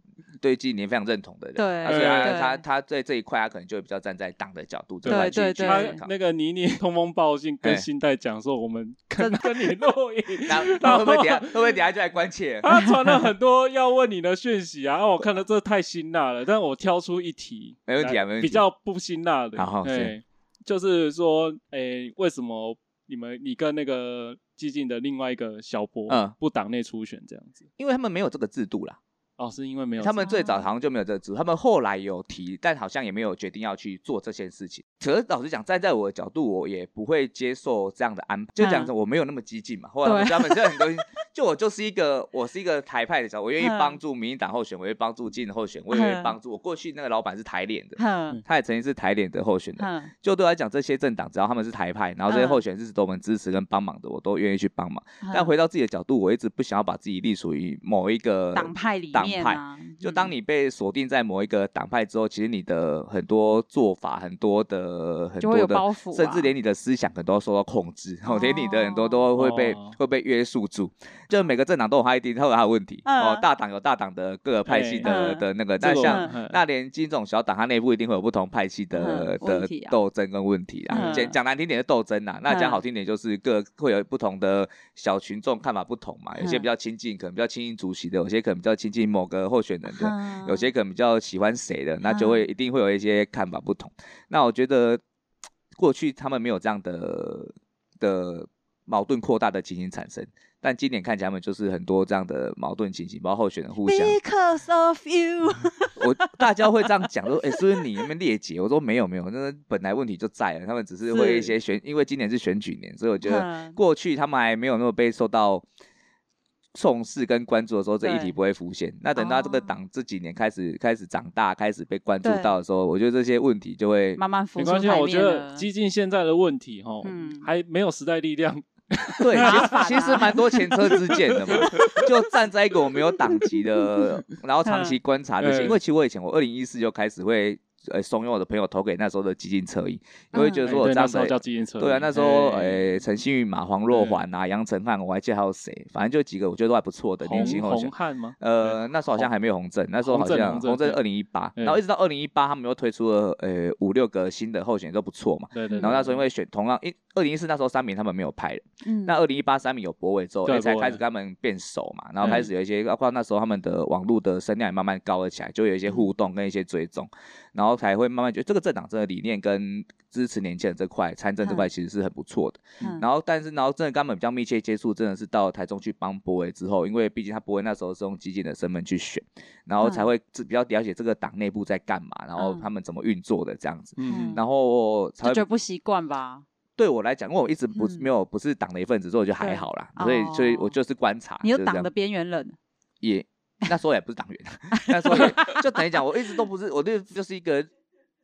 S3: 对今年非常认同的人。
S4: 对
S3: 啊所以他
S4: 对
S3: 他他在这一块，他可能就会比较站在党的角度这
S2: 对
S3: 块去
S4: 对
S3: 去
S4: 对
S2: 他
S3: 思考。
S2: 那个妮妮通风报信
S3: 哎
S2: 跟新代讲说，我们跟跟你录音，
S3: 那那会不会等一下会不会等一下就来关切？
S2: 他传了很多要问你的讯息啊，啊我看到这太辛辣了，但我挑出一题，
S3: 没问题啊
S2: 来
S3: 没问题
S2: 比较不辛辣的，
S3: 好好
S2: 对，就是说，诶、为什么你们你跟那个激进的另外一个小博，
S3: 嗯
S2: 不党内初选这样子。
S3: <laughs> 因为他们没有这个制度啦，
S2: 哦，是因为没有
S3: 他们
S4: 制
S3: 最
S4: 度
S3: 早好像就没有这个制度，他们后来有提，但好像也没有决定要去做这件事情。可是老实讲，站在我的角度，我也不会接受这样的安排，就讲着我没有那么激进嘛。后来我
S4: 嗯对
S3: 们他们就很多，
S4: <laughs>
S3: 就我就是一个我是一个台派的角度，我愿意
S4: 嗯
S3: 帮助民进党候选，我愿意帮助进候选，我也愿意
S4: 嗯
S3: 帮助。我过去那个老板是台脸的，
S4: 哼
S3: 他也曾经是台脸的候选人，
S4: 哼，
S3: 就对我来讲，这些政党只要他们是台派，然后这些
S4: 嗯
S3: 候选人是值得我们支持跟帮忙的，我都愿意去帮忙。但
S4: 哼
S3: 回到自己的角度，我一直不想要把自己隶属于某一个
S4: 党。派里
S3: 党
S4: 面
S3: 派
S4: 啊，
S3: 就
S4: 嗯
S3: 当你被锁定在某一个党派之后，其实你的很多做法、很多的、很
S4: 就会
S3: 多
S4: 有
S3: 的，
S4: 包袱
S3: 甚至
S4: 啊
S3: 连你的思想可能都要受到控制，哦、连你的很多都会被、
S2: 哦
S3: 会被约束住。就每个政党都有它一定它有它的问题、哦
S4: 嗯，
S3: 大党有大党的各个派系的、
S4: 哎嗯
S3: 的那个，
S2: 这
S3: 但
S2: 个我
S3: 像
S4: <laughs>
S2: 嗯
S3: 那连金种小党，它内部一定会有不同派系的、
S4: 嗯问
S3: 的
S4: 题啊
S3: 斗争跟问题啊。
S4: 嗯
S3: 讲讲难听点是斗争啊，那讲
S4: 嗯
S3: 好听点就是各会有不同的小群众看法不同嘛，有
S4: 嗯
S3: 些比较亲近，可能比较亲近主席的，有些可能比较亲近某个候选人的，有些可能比较喜欢谁的，那就会
S4: 嗯
S3: 一定会有一些看法不同。那我觉得过去他们没有这样的的矛盾扩大的情形产生。但今年看起来，他们就是很多这样的矛盾情形，包括候选人互相
S4: Because of
S3: <laughs>
S4: you，
S3: 我大家会这样讲，说：“哎、是不是你那边裂解？”我说：“没有，没有，那本来问题就在了，他们只是会一些选，因为今年是选举年，所以我觉得
S4: 嗯
S3: 过去他们还没有那么被受到重视跟关注的时候，这议题
S4: 对
S3: 不会浮现。那等到这个
S4: 哦
S3: 党这几年开始开始长大，开始被关注
S4: 对
S3: 到的时候，我觉得这些问题就会
S4: 慢慢浮
S2: 没
S4: 出
S2: 关系，啊
S4: 台
S2: 我觉
S4: 面
S2: 得
S4: 了。
S2: 激进现在的问题哈，
S4: 嗯
S2: 还没有时代力量，
S3: <laughs> 对，
S4: 麻烦
S3: 其实其实
S4: 啊
S3: 蛮多前车之鉴
S4: <laughs>
S3: 的嘛，就站在一个我没有党籍的，然后长期观察这些，
S2: 嗯
S3: 因为其实我以前我二零一四就开始会。呃，怂恿我的朋友投给那时候的激进侧翼，因为
S4: 嗯
S3: 觉得
S2: 哎
S3: 说我
S2: 对
S3: 这样
S2: 那
S3: 子
S2: 时候叫激进车，
S3: 对啊，那时候
S2: 哎
S3: 诶，陈信宇嘛、黄若
S4: 嗯
S3: 环啊、杨成汉，我还记得还有谁，反正就几个我觉得都还不错的
S2: 红
S3: 年轻候选
S2: 红。汉吗？
S3: 呃，那时候好像还没有洪正，那时候好
S2: 嗯洪
S3: 像
S2: 正
S3: 洪
S2: 洪
S3: 正
S2: 正
S3: 二零一八，
S2: 嗯
S3: 然后一直到二零一八，他们又推出了呃五六个新的候选人都不错嘛。
S2: 对对对，
S3: 然后那时候因为选同样一二零一四那时候三名他们没有派了，
S4: 嗯
S3: 那二零一八三名有博伟之后，
S2: 对
S3: 哎才
S2: 博伟嗯
S3: 开始跟他们变熟嘛，然后开始有一些，包括那时候他们的网络的声量也慢慢高了起来，就有一些
S2: 嗯
S3: 互动跟一些追踪，然后才会慢慢觉得这个政党真的理念跟支持年轻人这块参政这块其实是很不错的。
S4: 嗯
S3: 然后但是然后真的跟他们比较密切接触，真的是到台中去帮博伟之后，因为毕竟他博伟那时候是用激进的身份去选，然后才会自比较了解这个党内部在干嘛，然后
S4: 嗯
S3: 他们怎么运作的这样子，
S2: 嗯，
S3: 然后才
S4: 就
S3: 会啊
S4: 觉得不习惯吧？
S3: 对我来讲，因为我一直不是
S4: 嗯
S3: 没有不是党的一份子，所以我觉得还
S4: 对
S3: 好啦，
S4: 哦
S3: 所以所以我就是观察，
S4: 你有
S3: 就是这
S4: 党
S3: 样
S4: 的边缘人，
S3: 也那时候也不是党员， <laughs> 那时候也就等于讲，我一直都不是，我就就是一个。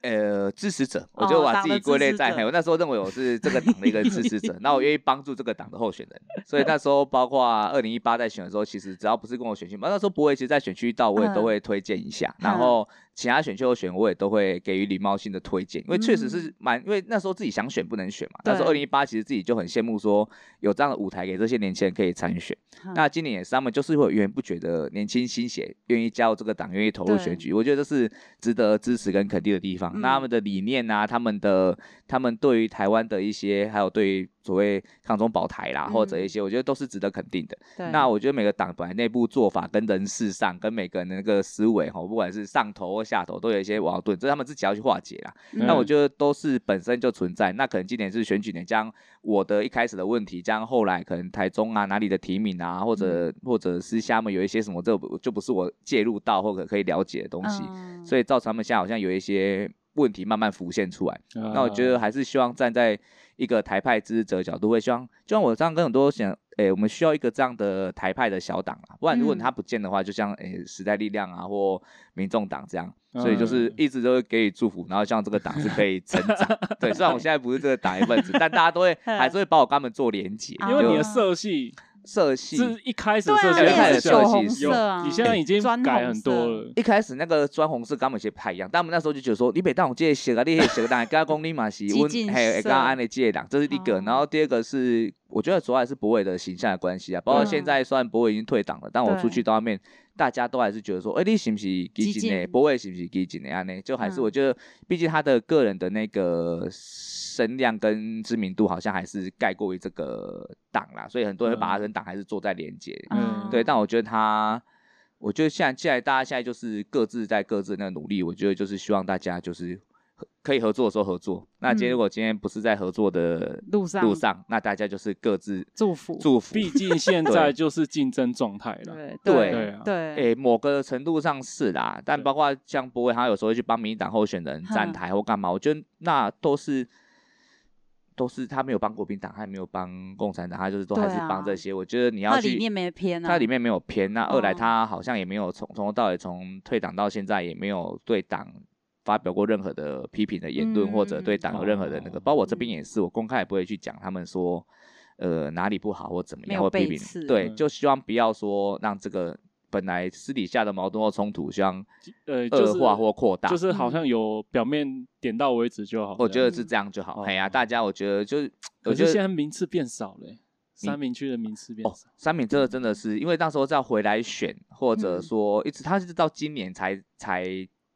S3: 呃，支持者，我就
S4: 哦
S3: 把
S4: 党
S3: 自己
S4: 的
S3: 归
S4: 支
S3: 类
S4: 持
S3: 在，
S4: 者
S3: 嘿我那时候认为我是这个党的一个支持者，那我愿意帮助这个党的候选人，所以那时候包括二零一八在选的时候，其实只要不是跟我选区，那时候博伟其实在选区到我也都
S4: 嗯
S3: 会推荐一下，然
S4: 嗯
S3: 后其他选区候选我也都会给予礼貌性的推荐，因为确实是蛮，因为那时候自己想选不能选嘛，那时候二零
S4: 嗯对
S3: 一八其实自己就很羡慕说有这样的舞台给这些年轻人可以参选。
S4: 嗯
S3: 那今年也是，他们就是会有源源不绝的年轻新血愿意加入这个党，愿意投入选举，我觉得这是值得支持跟肯定的地方。
S4: 嗯
S3: 那他们的理念啊，他们的他们对于台湾的一些，还有对于所谓抗中保台啦，
S4: 嗯
S3: 或者一些，我觉得都是值得肯定的。
S4: 对，
S3: 那我觉得每个党本来内部做法跟人事上，跟每个人的那个思维哈，不管是上头或下头，都有一些矛盾，这是他们自己要去化解啦。
S4: 嗯
S3: 那我觉得都是本身就存在。那可能今年是选举年，将我的一开始的问题，将后来可能台中啊哪里的提名啊，或者、或者私下们有一些什么，这不就不是我介入到或者可以了解的东西，
S4: 嗯
S3: 所以造成他们现在好像有一些问题慢慢浮现出来。
S4: 嗯
S2: 那
S3: 那我
S2: 嗯
S3: 觉得还是希望站在一个台派支持者的角度，会希望，就像我这样跟很多想，诶、我们需要一个这样的台派的小党啊，不然如果
S4: 嗯
S3: 他不见的话，就像诶、时代力量啊或民众党这样，所以就是
S2: 嗯
S3: 一直都会给予祝福，然后希望这个党是可以成
S2: <laughs>
S3: 长。对，虽然我现在不是这个党一份子，但大家都会还是会把我跟他们做连结，
S4: 因
S2: 因为你的
S3: 就
S2: 色系
S3: 色系
S2: 是一开始
S4: 对啊
S2: 色系
S3: 你也
S2: 还
S3: 是酒
S2: 有
S3: 红
S2: 有
S4: 色啊
S2: 你现在已经
S4: 砖红
S2: 改很多
S4: 色
S2: 了。
S3: 一开始那个砖红色跟我们有些不太一样，但我们那时候就觉得说，你别当我这个色啊，你那个色，当然跟公你嘛是
S4: 激
S3: 温
S4: 进
S3: 还有
S4: 色
S3: 刚安的这党，这是一个。
S4: 哦
S3: 然后第二个是，我觉得主要还是博伟的形象的关系啊，包括
S4: 对
S3: 现在虽然博伟已经退党了，但我出
S4: 嗯对
S3: 去到外面，大家都还是觉得说，哎、你是不是激
S4: 激
S3: 进的？
S4: 进
S3: 博伟是不是激进的安呢？就还是
S4: 嗯
S3: 我觉得，毕竟他的个人的那个声量跟知名度好像还是盖过于这个党啦，所以很多人会把他
S2: 嗯
S3: 跟党还是做在连接。
S2: 嗯
S3: 对，但我觉得他，我觉得现在既然大家现在就是各自在各自那个努力，我觉得就是希望大家就是和可以合作的时候合作。那今天
S4: 嗯
S3: 如果今天不是在合作的
S1: 路上
S3: 路上，那大家就是各自
S1: 祝福
S3: 祝福。
S2: 毕竟现在就是竞争状态了。
S1: 对
S3: 对
S2: 对啊
S1: 对，
S3: 诶、某个程度上是啦，但
S2: 对
S3: 包括像博伟，他有时候会去帮民进党候选人站
S1: 哼
S3: 台或干嘛，我觉得那都是都是他没有帮国民党，他也没有帮共产党，他就是都还
S1: 对
S3: 是帮这
S1: 啊
S3: 些。我觉得你要
S1: 他
S3: 去
S1: 理念没偏啊，
S3: 它里面没有偏。那二来，
S1: 哦
S3: 他好像也没有从从头到尾，从退党到现在也没有对党发表过任何的批评的言论，
S1: 嗯
S3: 或者
S1: 嗯
S3: 对党有任何的那个。
S2: 哦
S3: 包括我这边也是，我公开也不会去讲他们说，呃，哪里不好或怎么
S1: 没
S3: 样
S1: 有
S3: 或批
S1: 背
S3: 评
S1: 刺。
S3: 对，
S2: 嗯
S3: 就希望不要说让这个本来私底下的矛盾或冲突，希望
S2: 呃，就
S3: 恶
S2: 是
S3: 化或扩大。
S2: 就是
S4: 嗯
S2: 好像有表面点到为止就好。
S3: 我觉
S2: 这
S3: 得
S2: 样，
S3: 是这样就好。
S2: 嗯
S3: 哎
S2: 哦
S3: 呀，大家，我觉得就是，我
S2: 可
S3: 觉
S2: 是
S3: 得
S2: 现在名次变少了欸，三明区的名次变
S3: 哦
S2: 少。，
S3: 三米这个真的是，因为那时候再回来选，或者
S1: 嗯
S3: 说一直他是到今年才才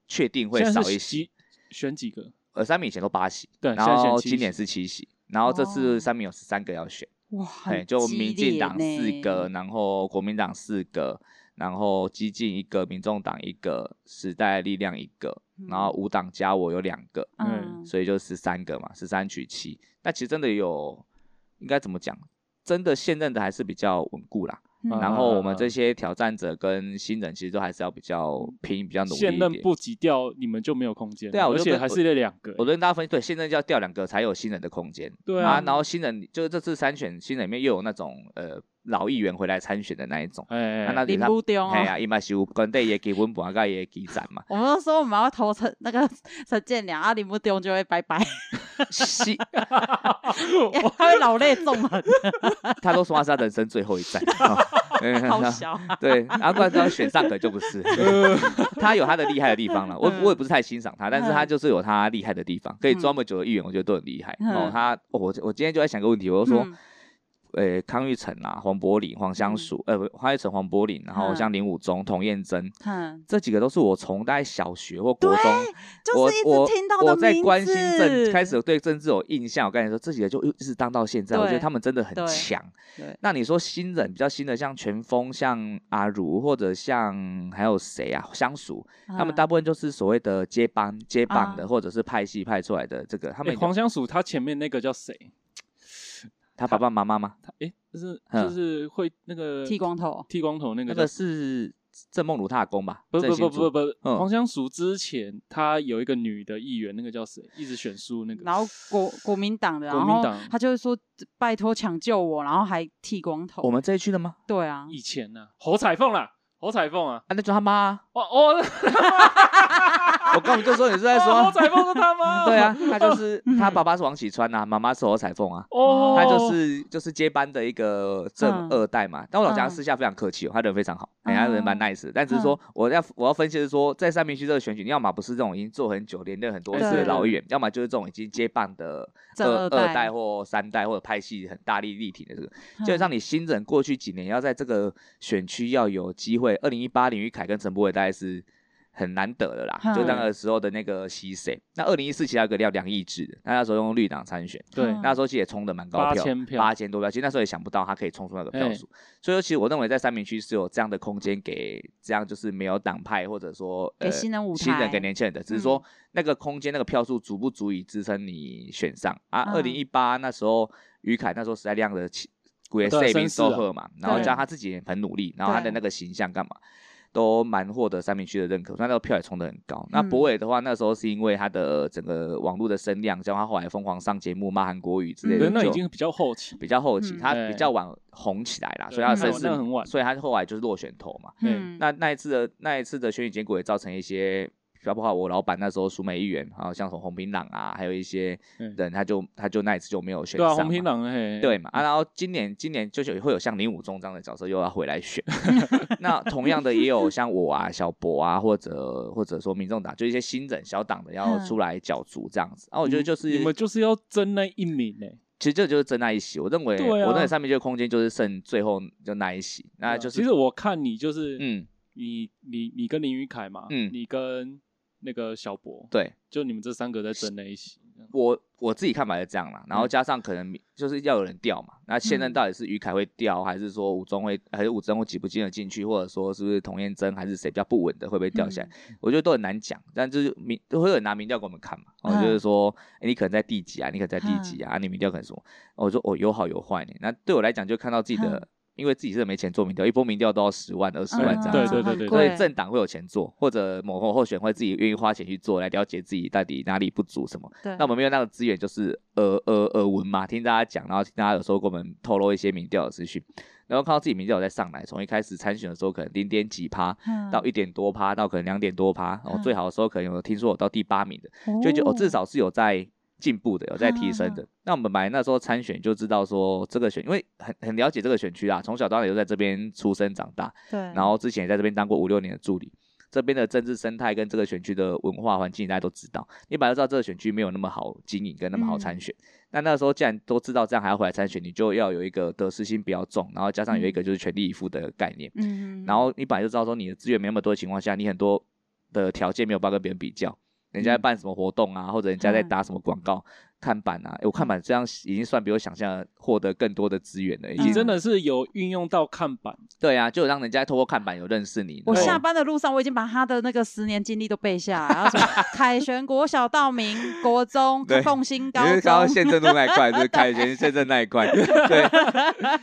S3: 确定会
S2: 现在
S3: 少
S2: 是
S3: 一
S2: 几
S3: 席，
S2: 选几个？
S3: 呃，三米以前都八席，
S2: 对
S3: 然
S2: 现在选
S3: 后
S2: 七
S3: 今年
S2: 席
S3: 是七席，然后这次三米有十三个要选，
S1: 哇，
S3: 对，
S1: 很
S3: 就
S1: 激
S3: 民进
S1: 烈
S3: 党四
S1: 呢
S3: 个，，然后国民党四个，然后激进一个，民众党一个，时代力量一个，然后五党加我有两个，
S2: 嗯
S1: 嗯，
S3: 所以就十三个嘛，十三取七。那其实真的有，应该怎么讲？真的现任的还是比较稳固啦。
S1: 嗯
S3: 然后我们这
S2: 啊
S3: 些挑战者跟新人其实都还是要比较拼、比较努力
S2: 现
S3: 一
S2: 任
S3: 点。
S2: 不挤掉，你们就没有空间了。
S3: 对啊我
S2: 而
S3: 就
S2: 且
S3: 跟
S2: 还
S3: 我
S2: 是那两个欸。
S3: 我跟大家分析，对，现任就要掉两个才有新人的空间
S2: 对
S3: 啊
S2: 啊，
S3: 然后新人就是这次参选新人里面又有那种呃老议员回来参选的那一种，
S2: 哎，
S3: 那那里
S1: 林
S3: 他
S1: 不丢
S3: 哎
S1: 哦。
S3: 呀，伊嘛是有跟对也给温本个也给展嘛
S1: <laughs> ，我们都说我们要投陈那个陈建良，啊，林不丢就会拜
S3: <laughs>
S1: 拜，
S3: 是，
S1: 他会老泪纵
S3: <laughs>
S1: 横，
S3: 他都说他是他人生最后一
S1: <laughs>
S3: 站，哦嗯 <laughs>
S1: 好
S3: 那
S1: 小啊。
S3: 对，阿怪刚选上的就
S1: <laughs>
S3: 不是，
S2: 呃
S3: 他有他的厉害的地方了。我
S1: 嗯
S3: 我也不是太欣赏他，但是他就是有他厉害的地方。可以
S1: 嗯
S3: 装么久的议员，我觉得都很厉害。
S1: 嗯
S3: 哦，他哦我我今天就在想个问题，我就说
S1: 嗯，
S3: 呃，康玉成啊、黄柏林、黄湘淑，呃，不，康玉成、黄柏林，然后
S1: 嗯
S3: 像林武忠、童燕珍。
S1: 看，
S3: 这几个都是我从大概小学或国中，
S1: 就
S3: 我
S1: 是一
S3: 我
S1: 直听到的
S3: 我在关心政
S1: 名
S3: 开
S1: 字
S3: 始有对政治有印象。我刚才说这几个就一直当到现在，我觉得
S1: 对
S3: 他们真的很
S1: 对
S3: 强。
S1: 对，
S3: 那你说新人比较新的，像全峰、像阿如，或者像还有谁啊？相熟，他们
S1: 嗯
S3: 大部分就是所谓的接班、接棒的，
S1: 啊
S3: 或者是派系派出来的。这个他
S2: 他
S3: 们
S2: 哎黄香薯他前面那个叫谁？
S3: 他爸爸妈妈吗？
S2: 他哎，就是
S3: 嗯
S2: 就是会那个
S1: 剃光头
S2: 剃光头那个
S3: 那
S2: 叫
S3: 个是郑梦如他的公吧？
S2: 不不
S3: 郑
S2: 不
S3: 兴
S2: 不
S3: 柱，
S2: 不，
S3: 嗯
S2: 黄香薯之前她有一个女的议员，那个叫谁？一直选输那个。
S1: 然后国国民党的，
S2: 国
S1: 然
S2: 民
S1: 后
S2: 党
S1: 他就会说拜托抢救我，然后还剃光
S3: 我
S1: 头，
S3: 们这一区的吗？
S1: 对啊，
S2: <laughs> 以前呢、侯彩凤啦，侯彩凤啊，
S3: 啊，那就他妈啊！
S2: 哦哦，
S3: 我根本就说你是在
S2: 哦侯
S3: 说，
S2: 彩凤是他妈，
S3: <laughs> 对啊，他就是他爸爸是王启川啊，妈妈是侯彩凤啊。
S2: <laughs> 哦，
S3: 他就是就是接班的一个正
S1: 嗯
S3: 二代嘛。但我老家
S1: 嗯
S3: 私下非常客气哦，他人非常好，人家人蛮
S1: 哦
S3: nice 的。但只是说，我要我要分析的是说，在三明区这个选举，你要么不是这种已经做很久、连任很多次的
S1: 对
S3: 老议员，要么就是这种已经接棒的
S1: 正
S3: 二
S1: 二代
S3: 二代或三代或者拍戏很大力力挺的这个。基本
S1: 嗯
S3: 上你新人过去几年要在这个选区要有机会，二零一八林玉凯跟陈柏伟大概是。很难得的啦，就
S1: 嗯
S3: 那个时候的那个西谁，那二零一四其他有个叫梁义志的，那那时候用绿党参选，
S2: 对
S1: 嗯
S3: 那时候其实也冲的蛮高票，
S2: 8000票
S3: 八千多票。其实那时候也想不到他可以冲出那个票
S2: 哎
S3: 数，所以说其实我认为在三明区是有这样的空间给这样就是没有党派或者说呃
S1: 给新人舞
S3: 新人给
S1: 台嗯
S3: 年轻人的，只是说那个空间那个票数足不足以支撑你选上啊？二
S1: 嗯
S3: 零一八那时候于凯那时候时代量的起古也
S2: 对
S3: 塞
S2: 绅
S3: 宾
S2: 士
S3: 收
S2: 啊
S3: 贺嘛，然后
S1: 对
S3: 加上他自己也很努力，然后他的
S1: 对
S3: 那个形象干嘛？都蛮获得三明区的认可，所以他那个票也冲得很高。那
S1: 嗯
S3: 博伟的话，那时候是因为他的整个网络的声量，加上他后来疯狂上节目骂韩国语之类
S2: 可嗯
S3: 的，
S2: 是那
S3: 就
S2: 已经比较后期，
S3: 比较后期，
S1: 嗯
S3: 他
S2: 对
S3: 比较晚红起来啦，所以
S2: 对
S3: 他
S1: 那
S3: 的声
S1: 我
S3: 势
S2: 嗯那很晚
S3: 所以他后来就是落选头嘛。
S2: 对
S1: 嗯
S3: 那那一次的那一次的选举结果也造成一些，包括我老板那时候苏美议员，还有像什么洪平朗啊，还有一些
S2: 嗯
S3: 人，他就他就那一次就没有选
S2: 对
S3: 上
S2: 啊，
S3: 嘛。
S2: 红平狼嘿，
S3: 对嘛啊，然后今年今年就是有会有像林武忠这样的角色又要回来
S2: <laughs>
S3: 选，那同样的也有像我啊、小博啊，或者或者说民众党，就一些新人小党的要
S1: 嗯
S3: 出来角逐这样子。啊，我
S2: 你们，
S3: 觉得就是
S2: 你们就是要争那一名呢。
S3: 其实这就是争那一席，我认为、
S2: 对啊
S3: 我认为上面这个空间就是剩最后就那一席，那
S2: 对啊
S3: 就是
S2: 其实我看你就是，
S3: 嗯
S2: 你你你跟林宇凯嘛，
S3: 嗯
S2: 你跟那个小博，
S3: 对
S2: 就你们这三个在争那一席，这样
S3: 我我自己看法是这样啦，
S2: 嗯
S3: 然后加上可能就是要有人调嘛，那现任
S4: 嗯
S3: 到底是于凯会调，还是说武忠会，还是武忠会挤不进得进去，或者说是不是童彦真，还是谁比较不稳的会
S1: 嗯
S3: 不会
S2: 嗯
S3: 掉下来？我觉得都很难讲，但就是民都会有人拿民调给我们看嘛，哦，
S4: 嗯
S3: 就是说、诶你可能在第几啊，你可能在第几啊，你民调可能什么？我说哦，有好有坏呢。那对我来讲，就看到自己
S4: 嗯
S3: 的，因为自己是没钱做民调，一波民调都要十万、二
S1: 嗯
S3: 十万这样子。
S2: 对对对对
S3: 所
S4: 对
S3: 以政党会有钱做，或者某候选人会自己愿意花钱去做，来了解自己到底哪里不足什么。
S4: 对，
S3: 那我们没有那个资源，就是耳耳耳闻嘛，听大家讲，然后听大家有时候给我们透露一些民调的资讯，然后看到自己民调有在上来，从一开始参选的时候可能零点几趴，
S4: 嗯
S3: 到一点多趴，到可能两点多趴，然后
S4: 嗯
S3: 最好的时候可能有听说有到第八名的，就觉得我、哦、至少是有在进步的，有在提升的。
S4: 嗯
S3: 那我们本来那时候参选就知道说这个选，因为很很了解这个选区啦，从小到大也都在这边出生长大，
S4: 对，
S3: 然后之前也在这边当过五六年的助理，这边的政治生态跟这个选区的文化环境大家都知道，你本来就知道这个选区没有那么好经营跟那么好
S4: 嗯
S3: 参选，那那时候既然都知道这样还要回来参选，你就要有一个得失心比较重，然后加上有一个就是全力以赴的概念，
S4: 嗯，
S3: 然后你本来就知道说你的资源没那么多的情况下，你很多的条件没有办法跟别人比较。人家在
S2: 嗯嗯
S3: 办什么活动啊，或者人家在打什么广告、看板啊，诶我看板这样已经算比我想象的获得更多的资源了，已
S2: 你
S3: 经、
S2: 嗯真的是有运用到看板，
S3: 对啊，就让人家透过看板有认识你。
S4: 我
S3: 然后哦
S4: 下班的路上，我已经把他的那个十年经历都背下来，然后
S3: <laughs>
S4: 什么凯旋国小到民国中
S3: 对，
S4: 凤新高
S3: 你是刚
S4: 中
S3: 刚，宪政路那一块，就是凯旋宪政那一块， <laughs> 对，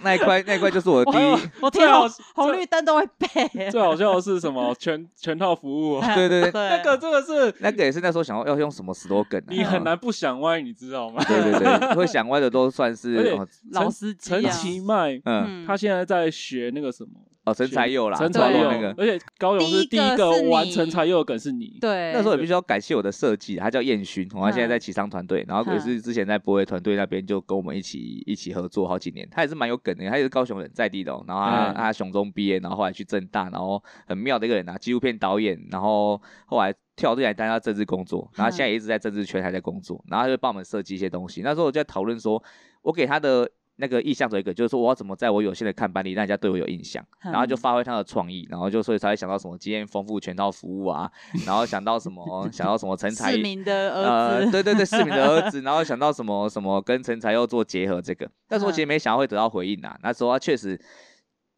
S3: 那一块那一块就是我的第
S2: 哎呦
S3: 一，
S4: 我
S2: 最
S4: 天
S2: 好
S4: 啊，红绿灯都会背，
S2: 最好笑的是什
S3: <laughs>
S2: 么？全全套服务、哦，
S3: 对对对，嗯
S4: 那
S2: 那个真的是
S3: 那个也是那时候想要要用什么 slogan，啊
S2: 你很，难不想歪，你知道吗？
S3: 对对对，会想歪的都算是
S2: 而且
S3: 哦
S4: 老司机
S2: 陈
S4: 啊
S2: 其迈，
S3: 嗯
S2: 他现在在学那个什么
S3: 哦陈才佑啦，
S2: 陈
S3: 才
S2: 才
S4: 对
S2: 佑
S3: 佑那个，。
S2: 而且高勇是
S4: 第
S2: 第一
S4: 一
S2: 个
S4: 个是你
S2: 完成才佑的梗是你，
S4: 对，
S3: 那时候也必须要感谢我的设计，他叫燕勋，哦他现在
S4: 嗯
S3: 在启商团队，然后也是之前在博伟团队那边就跟我们一起一起合作好几年，他也是蛮有梗的，他也是高雄人在地的、哦，然后他、
S2: 嗯
S3: 他雄中毕业，然后后来去正大，哦然后很妙的一个人啊，纪录片导演，然后后来跳进来担任政治工作，然后现在也一直在政治圈还在工作，然后他就帮我们设计一些东西。那时候我就在讨论说，我给他的。那个意向只有一个，就是说我要怎么在我有限的看板里，让人家对我有印象，然
S4: 嗯
S3: 后就发挥他的创意，然后就所以才会想到什么经验丰富全套服务啊，然后想到什么，想到什么陈才
S4: 市民的儿
S3: 呃，
S4: 子，
S3: 对对对，市民的
S2: <laughs>
S3: 儿子，然后想到什么什么跟陈才佑做结合，这个那时候
S2: 嗯
S3: 其实没想到会得到回应啊，那时候他确实。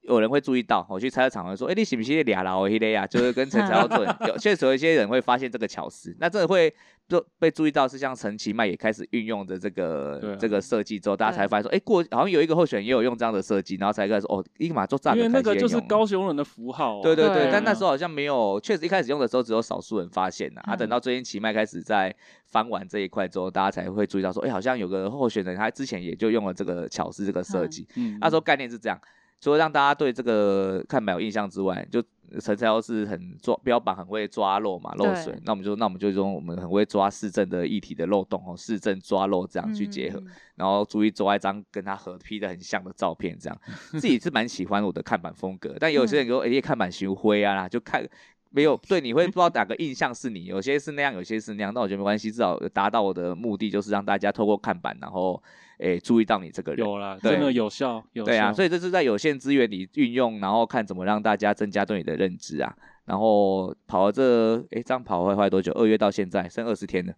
S3: 有人会注意到，我去菜市场会说：“哎、你是不是俩老黑的呀？”啊就是跟陈才佑做
S2: <laughs>
S3: 的，有确实有一些人会发现这个巧思。那真的会就被注意到，是像陈其迈也开始运用的这个、
S2: 对啊
S3: 这个设计之后，大家才
S4: 对
S3: 发现说：“哎、过好像有一个候选人也有用这样的设计。”然后才开始说：“哦，立马做赞。”
S2: 因为那个就是高雄人的符号啊、
S3: 对对对
S4: 对，
S3: 但那时
S2: 候
S3: 候好像没有，确实一开始用的时候只有少数人发现呐、啊。等到最近奇迈开始在翻完这一块之后，大家才会注意到说，哎、好像有个候选人，他之前也就用了这个巧思这个设计。
S2: 嗯
S3: 那时候概念是这样，除了让大家对这个看板有印象之外，就陈才优是很抓标榜很会抓漏嘛漏水
S4: 对，
S3: 那我们就那我们就用我们很会抓市政的议题的漏洞哦，市政抓漏这样去结合。
S4: 嗯
S3: 然后注意抓一张跟他合 P 的很像的照
S2: <laughs>
S3: 片，这样自己是蛮喜欢我的看板风格，但有些
S2: 嗯
S3: 人说哎、看板修灰啊啦，就看没有对你会不知道哪个印象是你，有些是那样，有些是那样，但我觉得没关系，至少有达到我的目的，就是让大家透过看板，然后诶、注意到你这个人。
S2: 有啦，
S3: 对
S2: 真的有效，有效
S3: 对啊，所以这是在有限资源里运用，然后看怎么让大家增加对你的认知啊。然后跑了这诶，这样跑会花多久？二月到现在剩二十天了。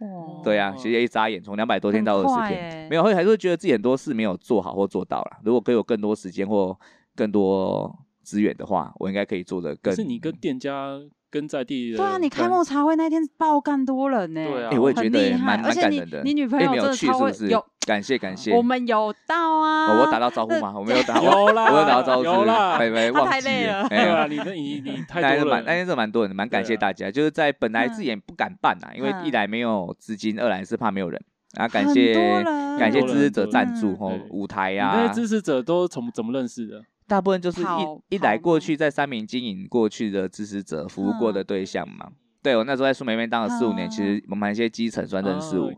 S4: 哇
S3: 对啊，
S2: 哦
S3: 其实一眨眼从两百多天到
S4: 嗯很
S3: 二
S4: 快
S3: 十天，
S4: 欸
S3: 没有会还是会觉得自己很多事没有做好或做到啦。如果给我更多时间或更多资源的话，我应该可以做的更。
S2: 可是你跟店家跟在地的，
S4: 对啊，你开幕茶会那天爆干多人呢，
S2: 对啊
S3: 诶哎我也觉
S4: 很
S3: 得
S4: 厉
S3: 也
S4: 害
S3: 蛮蛮
S4: 而且
S3: 感
S4: 你
S3: 人的。
S4: 你女朋
S3: 诶
S4: 友
S3: 你有
S4: 真的
S3: 去
S4: 超
S3: 是不
S4: 会
S3: 是
S4: 有？
S3: 感谢感谢。
S4: 我们有到啊，
S3: 哦我打到招呼
S4: 那
S3: 吗？
S4: <laughs>
S3: 我没有打，我
S2: 有啦
S3: 我有打到招呼是不是，
S2: 有啦
S3: 没没
S4: 他
S3: 忘
S4: 太
S3: 记
S4: 累 <laughs> 了
S3: 哎
S2: <laughs> 对
S3: 呀
S2: 啊，你那你
S3: <laughs>
S2: 你太
S3: 那天
S2: 多
S3: 是
S2: 了
S3: 蛮，那天是蛮多人的，蛮感谢
S2: 对啊
S3: 大家。就是在本来自己也不敢办呐、因为
S4: 嗯
S3: 一来没有资金，二来是怕没有人。然后感
S4: 很
S3: 谢
S4: 多人
S3: 感谢支持者
S2: 很多
S3: 赞
S4: 人
S3: 助
S4: 嗯
S3: 哦
S2: 对，
S3: 舞台
S2: 你
S3: 呀、
S2: 那些支持者都从怎么认识的？
S3: 大部分就是
S4: 跑
S3: 一一
S4: 跑
S3: 来过
S4: 吗
S3: 去在三明经营过去的支持者服务过的
S4: 嗯
S3: 对象嘛。对我那时候在苏梅梅当了四五年，其实我们一些基层算认识我，
S2: 哦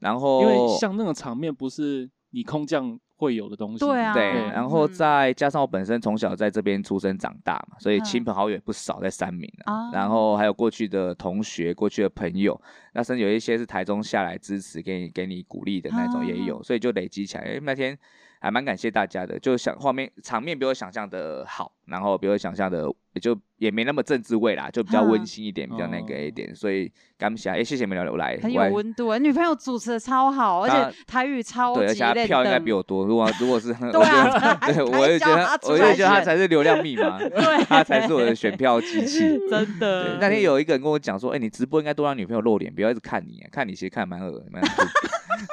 S3: 然
S2: 因
S3: 后
S2: 为像那种场面不是你空降会有的东西，
S4: 对啊
S3: 对，
S2: 对
S3: 然后
S4: 嗯
S3: 再加上我本身从小在这边出生长大嘛，所以亲
S4: 嗯
S3: 朋好友也不少在三明啊
S4: 啊，
S3: 然后还有过去的同学、过去的朋友，那甚至
S4: 啊
S3: 有一些是台中下来支持，给你给你鼓励的那种也有，所以就累积起来。诶那天还蛮感谢大家的，就想画面场面比我想象的好，然后比我想象的也就也没那么政治味啦，就比较温
S4: 嗯
S3: 馨一点，比较那个
S2: 哦
S3: 一点，所以感谢，哎、谢谢你们聊来，
S4: 很
S3: 我
S4: 有
S3: 还
S4: 温度啊！女朋友主持的超好，而
S3: 她
S4: 且台语超级
S3: 对，而且他
S4: 认
S3: 票应该
S4: 真
S3: 比我多，如果如果
S4: <laughs>
S3: 是
S4: 对啊
S3: 我就对，
S4: 还
S3: 我就觉得
S4: 还叫她出
S3: 我就
S4: 来
S3: 觉得他
S4: 选
S3: 才是流量密
S4: <laughs>
S3: 码，
S4: 对
S3: 他才是我的选票机器。
S4: <laughs> 真
S3: 对
S4: 的，
S3: 那天有一个人跟我讲说，哎、你直播应该多让女朋友露脸，不要一直看你、啊，看你其实看蛮恶蛮恶心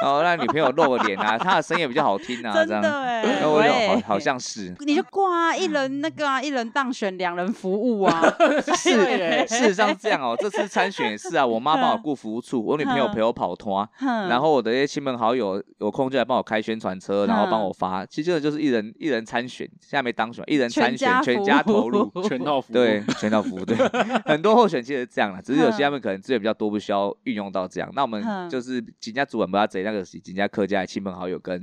S3: 然后让女朋友露脸啊，她的声音也比较好听啊，
S4: 真
S3: 这样。
S4: 的哎、
S3: 然 <laughs> 后我就好
S4: 喂
S3: 好
S4: <laughs>
S3: 像是
S4: 你就挂、啊、一人那个啊，一人当选，两人服务
S3: <laughs>
S4: 啊，
S3: 是事实上这样哦，这次参选也是啊，我妈帮我顾服务处，我女朋
S4: 嗯
S3: 友陪我跑团，
S4: 哼
S3: 然后我的一些亲朋好友有空就来帮我开宣传车，然后
S4: 嗯
S3: 帮我发。其实这个就是一人一人参选，现在没当选，一人参
S4: 全
S3: 选，
S4: 家
S3: 全
S4: 服
S3: 家投入
S4: 务。
S2: <laughs> 全套服务
S3: 对，全套服
S4: <laughs>
S3: 务对，很多候选其实是这样啦，只是有些他们可能资源比较多，不需要运用到这样。那我们
S4: 嗯
S3: 就是锦家主管不要贼那个是锦家客家的亲朋好友跟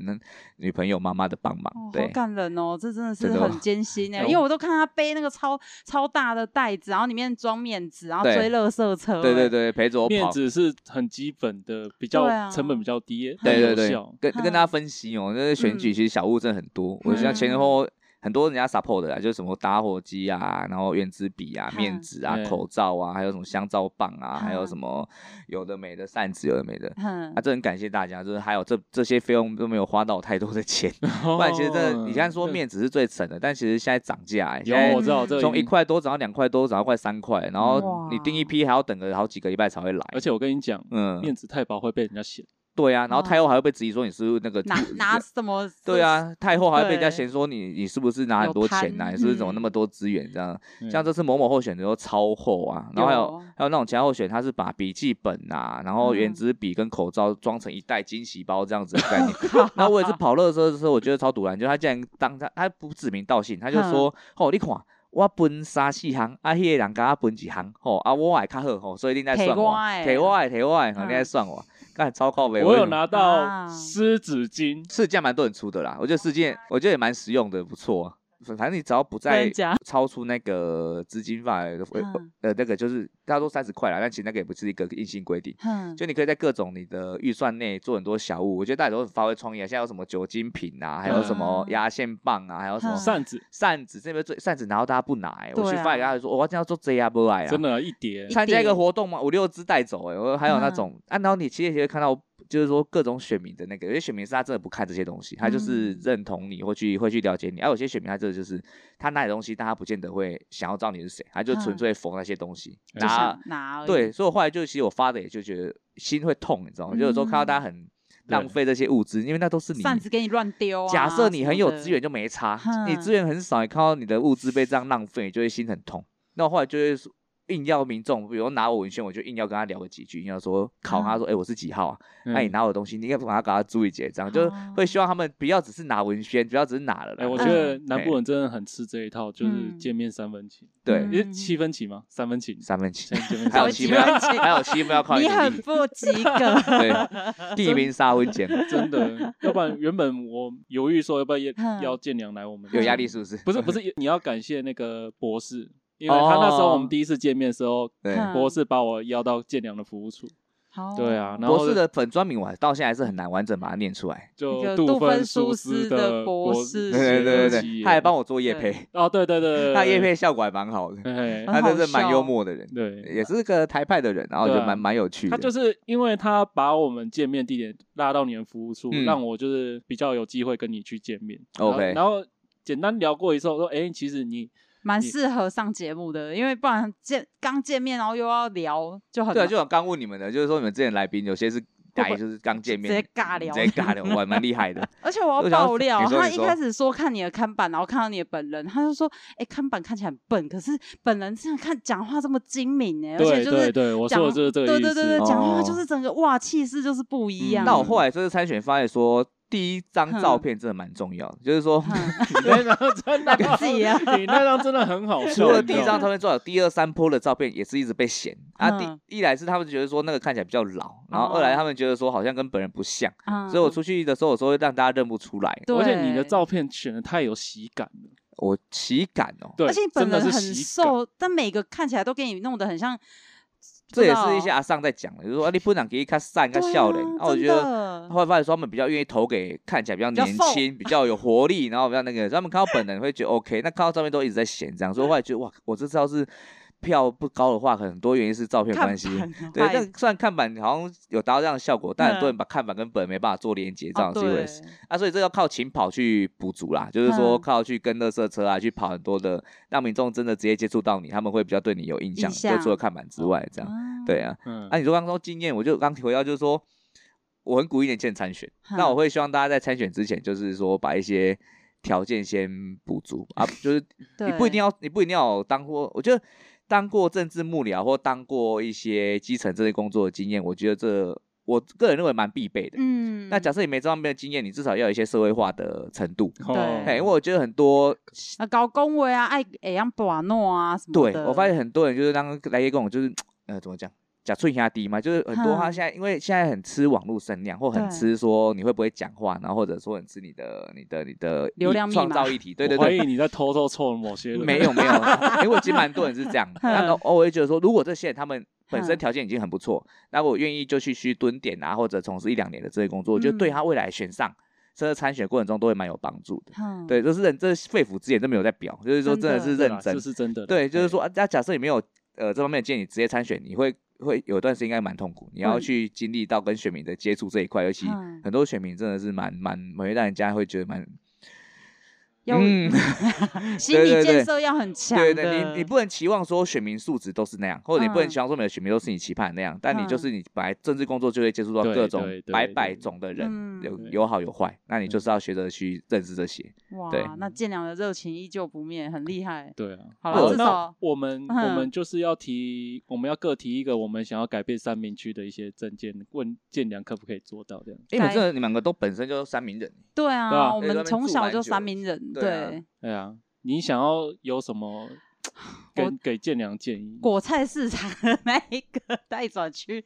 S3: 女朋友妈妈的帮忙
S4: 哦，好
S3: 对，
S4: 感人哦，这真的是
S3: 真的哦
S4: 很艰辛哎、
S3: 哎
S4: 因为我都看他背那个超超大的袋子，然后里面装面纸，然后
S3: 对
S4: 追垃圾车、哎
S3: 对
S4: 对，
S3: 对对，陪着我
S2: 面
S3: 跑。
S2: 子是很基本的，比
S4: 对啊
S2: 较成本比较低，很
S3: 对对
S2: 有
S3: 对
S2: 效， <laughs>
S3: 跟跟大家分析哦，那个选举其实小物真的很多，我像
S4: 嗯
S3: 前前后后很多人家 support 的啦，就是什么打火机啊，然后圆珠笔啊、面纸啊、
S2: 嗯
S3: 口罩啊，还有什么香皂棒啊，
S4: 嗯
S3: 还有什么有的没的扇子，有的没的。
S4: 哼
S3: 啊，，这很感谢大家，就是还有这这些费用都没有花到我太多的钱，不
S2: 不
S3: 然其实真的，你看说面子是最省的，但其实现在涨价、欸，现
S2: 哦有我
S3: 在
S2: 知道这个
S3: 从
S2: 已
S3: 一
S2: 经
S3: 块多涨到两块多，涨到快三块，然后你订一
S4: 哇
S3: 批还要等个好几个礼拜才会来，
S2: 而且我跟你讲，
S3: 嗯，
S2: 面子太薄会被人家嫌。
S3: 对啊，然后
S4: 嗯
S3: 太后还会被质疑说你是不是那个
S4: 拿拿什么？
S3: 对，啊，太后还被人
S4: 对
S3: 家嫌说你你是不是拿很
S4: 有
S3: 多钱呐、
S4: 贪
S3: 你是不是怎么那
S4: 嗯
S3: 么多资源这样？
S2: 嗯
S3: 像这次某某候选人都超厚啊，然后还有
S4: 有
S3: 还有那种其他候选人他是把笔记本啊，然后圆
S4: 嗯
S3: 珠笔跟口罩装成一袋惊喜包这样子的概
S4: <laughs>
S3: 念。那我也是跑乐车的时候，我觉得超堵然，就他竟然当他他不指名道姓，他就说：“哦，你看。”我分三四行，啊，迄、个人甲我分一行，吼、啊，我也较好，吼、所以你在算
S4: 提
S3: 我
S4: 我，的
S3: 提我的，提我的，吼、你在
S4: 嗯 <laughs>
S3: 算我，干超靠背。
S2: 我
S3: 为什
S2: 有
S3: 么
S2: 拿
S4: 啊
S2: 到湿纸巾，
S3: 试驾蛮多人出的啦，我觉得试件我觉得也蛮实用的，不错、啊。反反正你只要不
S4: 真
S3: 再
S4: 的假
S3: 超出那个资金范围，呃
S4: 嗯
S3: 呃，那个就是他说三十块啦，但其实那个也不是一个硬性规定，
S4: 哼，
S3: 就你可以在各种你的预算内做很多小物。我觉得大家都很发挥创意啊，现在有什么酒精瓶啊，还有什么
S4: 嗯
S3: 压线棒啊，还有什么
S4: 嗯
S2: 扇子
S3: 扇子，这边最扇子拿到大家不拿、欸，我去
S4: 对啊
S3: 发给大家说，哦我今天要做这啊不来啊，
S2: 真的啊一叠，
S3: 参加一个
S4: 叠
S3: 活动嘛，五六只带走哎、我还有那
S4: 嗯
S3: 种，啊，然后你其实也会看到，就是说各种选民的那个，有些选民是他真的不看这些东西，他就是
S4: 嗯
S3: 认同你或去会去了解你，而、有些选民他真的就是他拿你东西，但他不见得会想要知道你是谁，他就纯
S4: 嗯
S3: 粹否那些东西，
S2: 就
S4: 就
S3: 拿
S4: 想拿而已
S3: 对，，所以我后来就其实我发的也就觉得心会痛，你知道吗？就有时候看到大家很浪
S2: 对
S3: 费这些物资，因为那都是你
S4: 嗯扇子给你乱丢啊。
S3: 假设你很有
S4: 什么的
S3: 资源，就没差，
S4: 哼
S3: 你资源很少，你看到你的物资被这样浪费，你就会心很痛。那我后来就会说硬要民众，比如拿我文宣，我就硬要跟他聊个几句，硬要说考他说，
S4: 嗯
S3: 哎、我是几号啊？那、你
S2: 嗯
S3: 拿我的东西，你应该把它给他注意结账，就是
S4: 哦
S3: 会希望他们不要只是拿文宣，不要只是拿了啦。嗯
S2: 哎，我觉得南部人真的很吃这一套，就是
S4: 嗯
S2: 见面三分情，
S3: 对
S4: 嗯
S2: 因为七分情嘛，三分情，
S3: 三分情，
S2: 现在见面
S3: <laughs> 还
S2: 三
S3: 有
S2: 分
S3: 七
S4: 七
S2: 情
S3: 分要，
S4: 分情
S3: 还有七分要靠
S4: 你
S3: 努
S4: 很
S3: <laughs> 力
S4: 不及格， <laughs>
S3: 对，地名杀婚前
S2: 真的，要不然原本我犹豫说要不要也
S4: 嗯
S2: 要建良来我们
S3: 有压
S2: 力。
S3: 力是不是？
S2: 不是不是，你要感谢那个博士，因为他那时候我们第一次见面的时候，
S3: 对。
S4: 嗯
S2: 博士把我邀到建良的服务处，
S4: 好
S2: 对啊，然
S3: 博
S2: 后
S3: 士的粉专名我还到现在还是很难完整把它念出来，
S4: 那
S2: 就
S4: 个
S2: 杜
S4: 杜
S2: 芬
S4: 芬
S2: 苏
S4: 苏
S2: 斯
S4: 斯的博士
S2: 士，
S3: 对对对
S2: 企
S3: 对，
S2: 业
S3: 他还帮我做叶
S4: 对
S3: 配，
S2: 哦，对对对，
S3: 他叶配效果还蛮好的。
S2: 嘿，嘿
S4: 很
S3: 他真
S4: 好
S3: 是蛮
S4: 笑
S3: 幽默的人，
S2: 对，
S3: 也是个台派的人，然后就
S2: 对啊
S3: 蛮蛮有趣的。
S2: 他就是因为他把我们见面地点拉到你的服务处，
S3: 嗯
S2: 让我就是比较有机会跟你去见面。
S3: OK
S2: 然后然后简单聊过一次，我说，哎，其实你
S4: 蛮
S2: 你
S4: 适合上节目的，因为不然见刚见面然后又要聊，就很
S3: 对啊，就我刚问你们的，就是说你们之前来宾有些是来
S4: 会
S3: 就是刚见面
S4: 直接尬聊嗯
S3: 直接尬聊，哇，蛮厉
S4: <laughs>
S3: 害的。
S4: 而且我
S3: 我
S4: 要
S3: 想要
S4: 爆料，
S3: 你说
S4: 他
S3: 你
S4: 一
S3: 说
S4: 开始说看你的看板，然后看到你的本人，他就说：“哎、看板看起来很笨，可是本人这样看讲话这么精明哎、而且
S2: 对
S4: 就是
S2: 对对，我
S4: 讲
S2: 说的就是这个
S4: 对
S2: 意
S4: 对
S2: 思。嗯
S4: 对对，讲话就
S3: 哦
S4: 是整个哇气势就是不一样。嗯
S3: 那我后来这次参选发现说，第一张照片真的蛮重要的，
S4: 嗯
S3: 就是
S2: <laughs>
S3: 说。
S4: 哼
S2: <laughs> 你那张真的
S4: 自己啊
S2: 你那张真的很好
S3: <laughs>
S2: 笑。
S3: <laughs> 除了
S2: 你
S3: 第
S2: 知
S3: 一
S2: 道
S3: 张
S2: 吗
S3: 照片之外，第二三波的照片也是一直被嫌啊。
S4: 嗯
S3: 第一来是他们觉得说那个看起来比较老，然后
S4: 哦
S3: 二来他们觉得说好像跟本人不像，
S4: 嗯
S3: 所以我出去的时候，有时候会让大家认不出来。
S4: 对，
S2: 而且你的，照片选的太有喜感了，
S3: 我喜感哦，
S2: 对，
S4: 而且你本
S2: 真的
S4: 人
S2: 是
S4: 很
S2: 喜感。
S4: 瘦，但每个看起来都给你弄得很像，不
S3: 这也
S4: 知道哦
S3: 是一些阿尚在讲的，就是说、啊、你不能给他散个
S4: 对
S3: 笑脸，
S4: 啊
S3: 啊，我
S4: 真
S3: 觉得
S4: 的嗯
S3: 后来发现说他们比较愿意投给看起来比较
S4: 比较
S3: 年
S4: 瘦
S3: 轻、比较有活力，
S4: <laughs>
S3: 然后比较那个，所以他们看到本人会觉得 OK，那看到照片都一直在嫌这样，所以后来觉得哇，我这次要是票不高的话，可能很多原因是照片
S4: 看
S3: 关系。
S4: 板啊
S3: 对，
S1: 坏
S3: 但虽然看板好像有达到这样的效果，但很多
S4: 嗯
S3: 人把看板跟本没办法做连接，这样
S4: 哦
S3: 是一回
S4: 对
S3: 事。啊，所以这要靠勤跑去补足啦，就是说
S4: 嗯
S3: 靠去跟垃圾车啊，去跑很多的，让民众真的直接接触到你，他们会比较对你有印象，
S4: 印
S3: 就除
S4: 象
S3: 了看板之外，这样，对啊。
S2: 嗯，
S3: 啊，你说刚刚说经验，我就刚回到就是说，我很鼓励年轻人参选，那我
S4: 嗯
S3: 会希望大家在参选之前，就是说把一些条件先补足啊，
S4: <laughs>
S3: 就是你不一定
S4: 要
S3: 要，你不一定要有当过，我觉得当过政治幕僚或当过一些基层这些工作的经验，我觉得这我个人认为蛮必备的。
S4: 嗯
S3: 那假设你没这方面的经验，你至少要有一些社会化的程度。
S2: 哦
S4: 对
S3: 哎，因为我觉得很多，
S4: 啊搞恭维啊，爱哎样把诺啊什么
S3: 对
S4: 的，
S3: 我发现很多人就是当来业工，就是呃怎么讲，假脆压低嘛，就是很多他
S4: 嗯
S3: 现在因为现在很吃网络声量，或很
S4: 对
S3: 吃说你会不会讲话，然后或者说很吃你的你的你的
S4: 流
S3: 议
S4: 量密
S3: 创
S4: 码
S3: 造议题，对
S2: 我
S3: 对
S2: 怀
S3: 对，
S2: 疑你在偷偷凑某些人，
S3: 没
S4: <laughs>
S3: 有没有，因为其实蛮多人是这样的。那
S4: 嗯
S3: 我我会觉得说，如果这些人他们本身
S4: 嗯
S3: 条件已经很不错，那我愿意就去去蹲点啊，或者从事一两年的这些工作，我觉得对
S4: 嗯
S3: 他未来选上甚至参选过程中都会蛮有帮助的。
S4: 嗯
S3: 对，就是认，这是肺腑之言，都没有在表，就是说
S4: 真
S3: 真的
S4: 的
S2: <laughs>
S3: 是
S2: 对
S3: 认
S2: 啦
S3: 真
S2: 这，是真的啦。
S3: 对，就是
S2: 哎
S3: 说，啊那、假设你没有呃这方面的建议，你直接参选，你会会有一段时间应该蛮痛苦，你要
S4: 嗯
S3: 去经历到跟选民的接触这一块，尤其
S4: 嗯
S3: 很多选民真的是蛮蛮，会让人家会觉得蛮，
S4: 要
S3: 嗯， <laughs>
S4: 心理
S3: 对对对
S4: 建设要很强
S3: 对
S4: 的，
S3: 对，你你不能期望说选民素质都是那样，或者你不能
S4: 嗯
S3: 期望说每个选民都是你期盼的那样，但你就
S4: 嗯
S3: 是你本来政治工作就会接触到
S2: 对
S3: 各种
S2: 对对
S3: 百
S2: 对
S3: 百种的人，
S4: 嗯
S3: 有
S2: 对
S3: 有好有坏，那你就是要学着去认识这些。
S4: 哇
S3: 对，
S4: 那建良的热情依旧不灭，很厉害。
S2: 对啊，
S4: 好
S3: 啦
S2: 了，
S3: 至
S2: 那
S4: 少
S2: 我们我
S4: 嗯
S2: 们就是要提，我们要各提一个我们想要改变三明区的一些证件，问建良可不可以做到这样？
S3: 因为
S4: 该
S3: 这你们两个都本身就是三明人，
S4: 对
S2: 对啊
S4: 啊，我
S3: 哎在那边
S4: 们从
S3: 住
S4: 小
S3: 蛮
S4: 就
S3: 久
S4: 三
S3: 的
S4: 明人，
S3: 对啊，
S4: 对，
S2: 对啊，你想要有什么给
S4: 我
S2: 给建良建议？
S4: 果菜市场的那一个 <laughs> 带转去，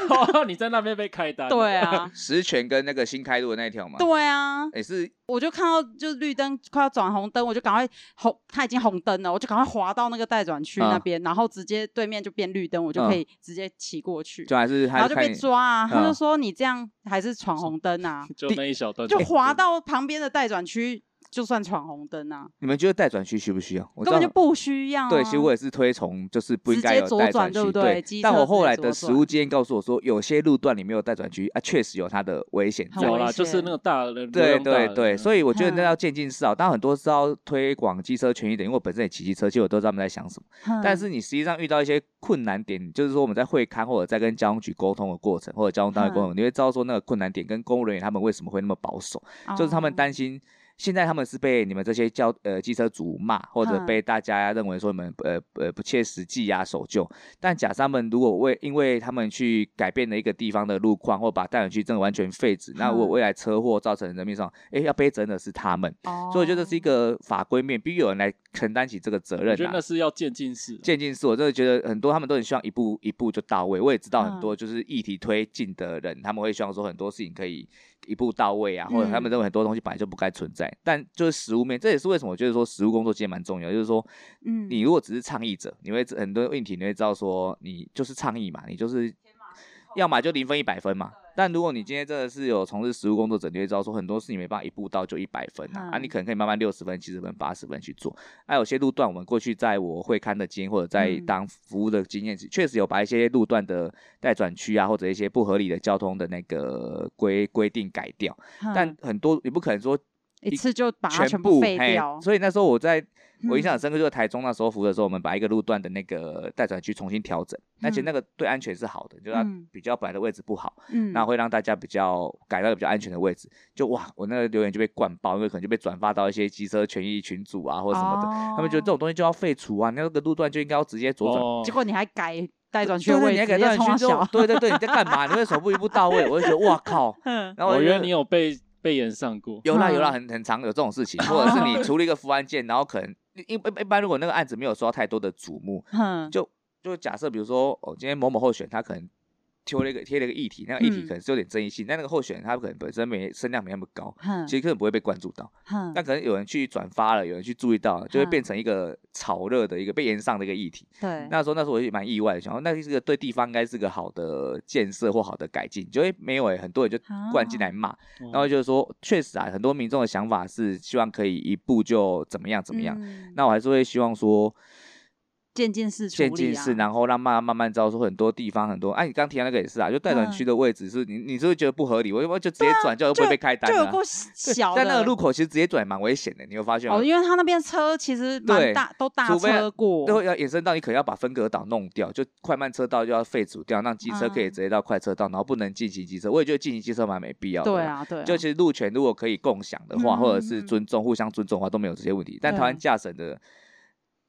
S2: <laughs> 你在那边被开单，
S4: 对，啊
S3: 石泉跟那个新开路的那一条嘛，
S4: 对啊，
S3: 也是
S4: 我就看到就是绿灯快要转红灯，我就赶快红，它已经红灯了，我就赶快滑到那个待转区那
S3: 嗯
S4: 边，然后直接对面就变绿灯，我就可
S3: 嗯
S4: 以直接骑过去，
S3: 就还是
S4: 然
S3: 他
S4: 后就被
S3: 看你
S4: 抓啊，他
S3: 嗯
S4: 就说你这样还是闯红灯啊，
S2: 就
S4: 第
S2: 那一小段，
S4: 就滑到旁边的待转区就算闯红灯啊，
S3: 你们觉得待转区需不需要？我知
S4: 根
S3: 道
S4: 本就不需要啊。
S3: 对，其实我也是推崇，就是不应该有
S4: 直接
S3: 待
S4: 左
S3: 转
S4: 转
S3: 区。
S4: 对不对机
S3: 但
S4: 车
S3: 我
S4: 直接
S3: 后来的
S4: 左
S3: 实
S4: 转
S3: 物经验告诉我说，有些路段你没有待转区啊，确实有它的危险
S4: 很
S3: 在
S2: 有
S4: 危
S2: 啦，
S4: 险
S2: 就是那个大人，
S3: 对对对，
S2: 以
S3: 所以我觉得那
S4: 嗯
S3: 要渐进式啊。当然很多是要推广机车权益的，因为我本身也骑机车，其实我都知道他们在想什么。
S4: 哼
S3: 但是你实际上遇到一些困难点，就是说我们在会勘或者在跟交通局沟通的过程，或者交通单位沟
S4: 嗯
S3: 通，你会知道说那个困难点跟公务人员他们为什么会那么保守。就是他们
S4: 哦
S3: 担心，现在他们是被你们这些交呃机车族骂，或者
S4: 嗯
S3: 被大家认为说你们呃呃不切实际呀、守旧。但假设他们如果为因为他们去改变了一个地方的路况，或把大园区真的完全废止，那如果
S4: 嗯
S3: 未来车祸造成人命伤，哎、要背责任的是他们。
S4: 哦
S3: 所以我觉得这是一个法规面，必须有人来承担起这个责
S2: 我
S3: 任
S2: 觉得
S3: 啊
S2: 那。是要渐进式的，
S3: 渐进式，我真的觉得很多他们都很希望一步一步就到位。我也知道很
S2: 嗯
S3: 多就是议题推进的人，他们会希望说很多事情可以一步到位啊，或者他
S2: 嗯
S3: 们认为很多东西本来就不该存在。但就是实务面，这也是为什么我觉得说实务工作其实蛮重要，就是说
S4: 嗯
S3: 你如果只是倡议者，你会很多问题你会知道说你就是倡议嘛，你就是要么就零分一百分嘛。但如果
S4: 嗯
S3: 你今天真的是有从事实务工作者，你会知道说很多事情没办法一步到就一百分啊，啊，
S4: 嗯
S3: 你可能可以慢慢六十分、七十分、八十分去做。那、有些路段，我们过去在我会刊的经验或者在
S4: 嗯
S3: 当服务的经验，确实有把一些路段的待转区啊，或者一些不合理的交通的那个规规定改掉。但
S4: 哼
S3: 很多你不可能说
S4: 嗯一次就把它
S3: 全
S4: 部
S3: 嘿
S4: 废掉，
S3: 所以那时候我在我印象
S4: 嗯
S3: 很深刻，就是台中那时候服务的时候，我们把一个路段的那个待转区重新调整，那其实
S4: 嗯
S3: 那个对安全是好的，就是它
S4: 嗯
S3: 比较本来的位置不好，
S4: 嗯
S3: 那会让大家比较改到一个比较安全的位置。就哇，我那个留言就被灌爆，因为可能就被转发到一些机车权益群组啊或者什
S4: 哦
S3: 么的，他们觉得这种东西就要废除啊，你那个路段就应该要直接左转
S2: 哦
S4: 结果你还改带转去
S3: 对
S4: 的
S3: 对
S4: 位
S3: 你还
S4: 置，
S3: 改到
S4: 要冲
S3: 你
S4: 他
S3: 去之后
S4: 小， <laughs>
S3: 对对对，你在干嘛？你为什么不一步到位？我就觉得哇
S2: <laughs>
S3: 靠！
S4: 嗯
S3: 然后
S2: 我
S3: 就
S2: 觉得你有被被延上过，
S3: 有啦
S4: 嗯
S3: 有啦，很很常有这种事情，或者是
S4: <laughs>
S3: 你处理一个服案件，然后可能一一一般如果那个案子没有受到太多的瞩目，
S4: 哼，
S3: 就就假设比如说哦，今天某某候选他可能贴了一个贴了一个议题，那个议题
S4: 嗯
S3: 可能是有点争议性，但那个候选人他可能本身没声量没那么高，
S4: 哼
S3: 其实根本不会被关注到。
S4: 哼
S3: 那，可能有人去转发了，有人去注意到了，就会
S4: 嗯
S3: 变成一个炒热的一个被延上的一个议题。
S4: 对，
S3: 那时候那时候我也蛮意外的，想说那是个对地方应该是个好的建设或好的改进，就会没有欸诶、很多人就
S4: 啊
S3: 灌进来骂，
S4: 嗯
S2: 然
S3: 然后就是说确实啊，很多民众的想法是希望可以一步就怎么样怎么样。
S4: 嗯
S3: 那我还是会希望说
S4: 渐进式处
S3: 渐进
S4: 理啊
S3: 式，然后让慢慢慢知道说很多地方很多，哎、你刚提到那个也是啊，就代
S4: 嗯
S3: 转
S4: 啊
S3: 区的位置是你你是不是觉得不合理？我我就直接转就不会被开单
S4: 就有
S3: 啊
S4: 够
S3: <laughs> 对
S4: 小的，
S3: 但那个路口其实直接转也蛮危险的，你有发现吗
S4: 哦，？因为他那边车其实蛮
S3: 对
S4: 大，都大
S3: 除非
S4: 车过，
S3: 最后要延伸到你可能要把分隔岛弄掉，就快慢车道就要废除掉，让机车可以
S4: 啊
S3: 直接到快车道，然后不能进行机车。我也觉得进行机车蛮没必要的。
S4: 对。啊，对啊，
S3: 就其实路权如果可以共享的话，或者
S4: 嗯
S3: 是
S4: 嗯嗯
S3: 尊重、互相尊重的话，都没有这些问题。但台湾
S4: 对
S3: 驾驶人的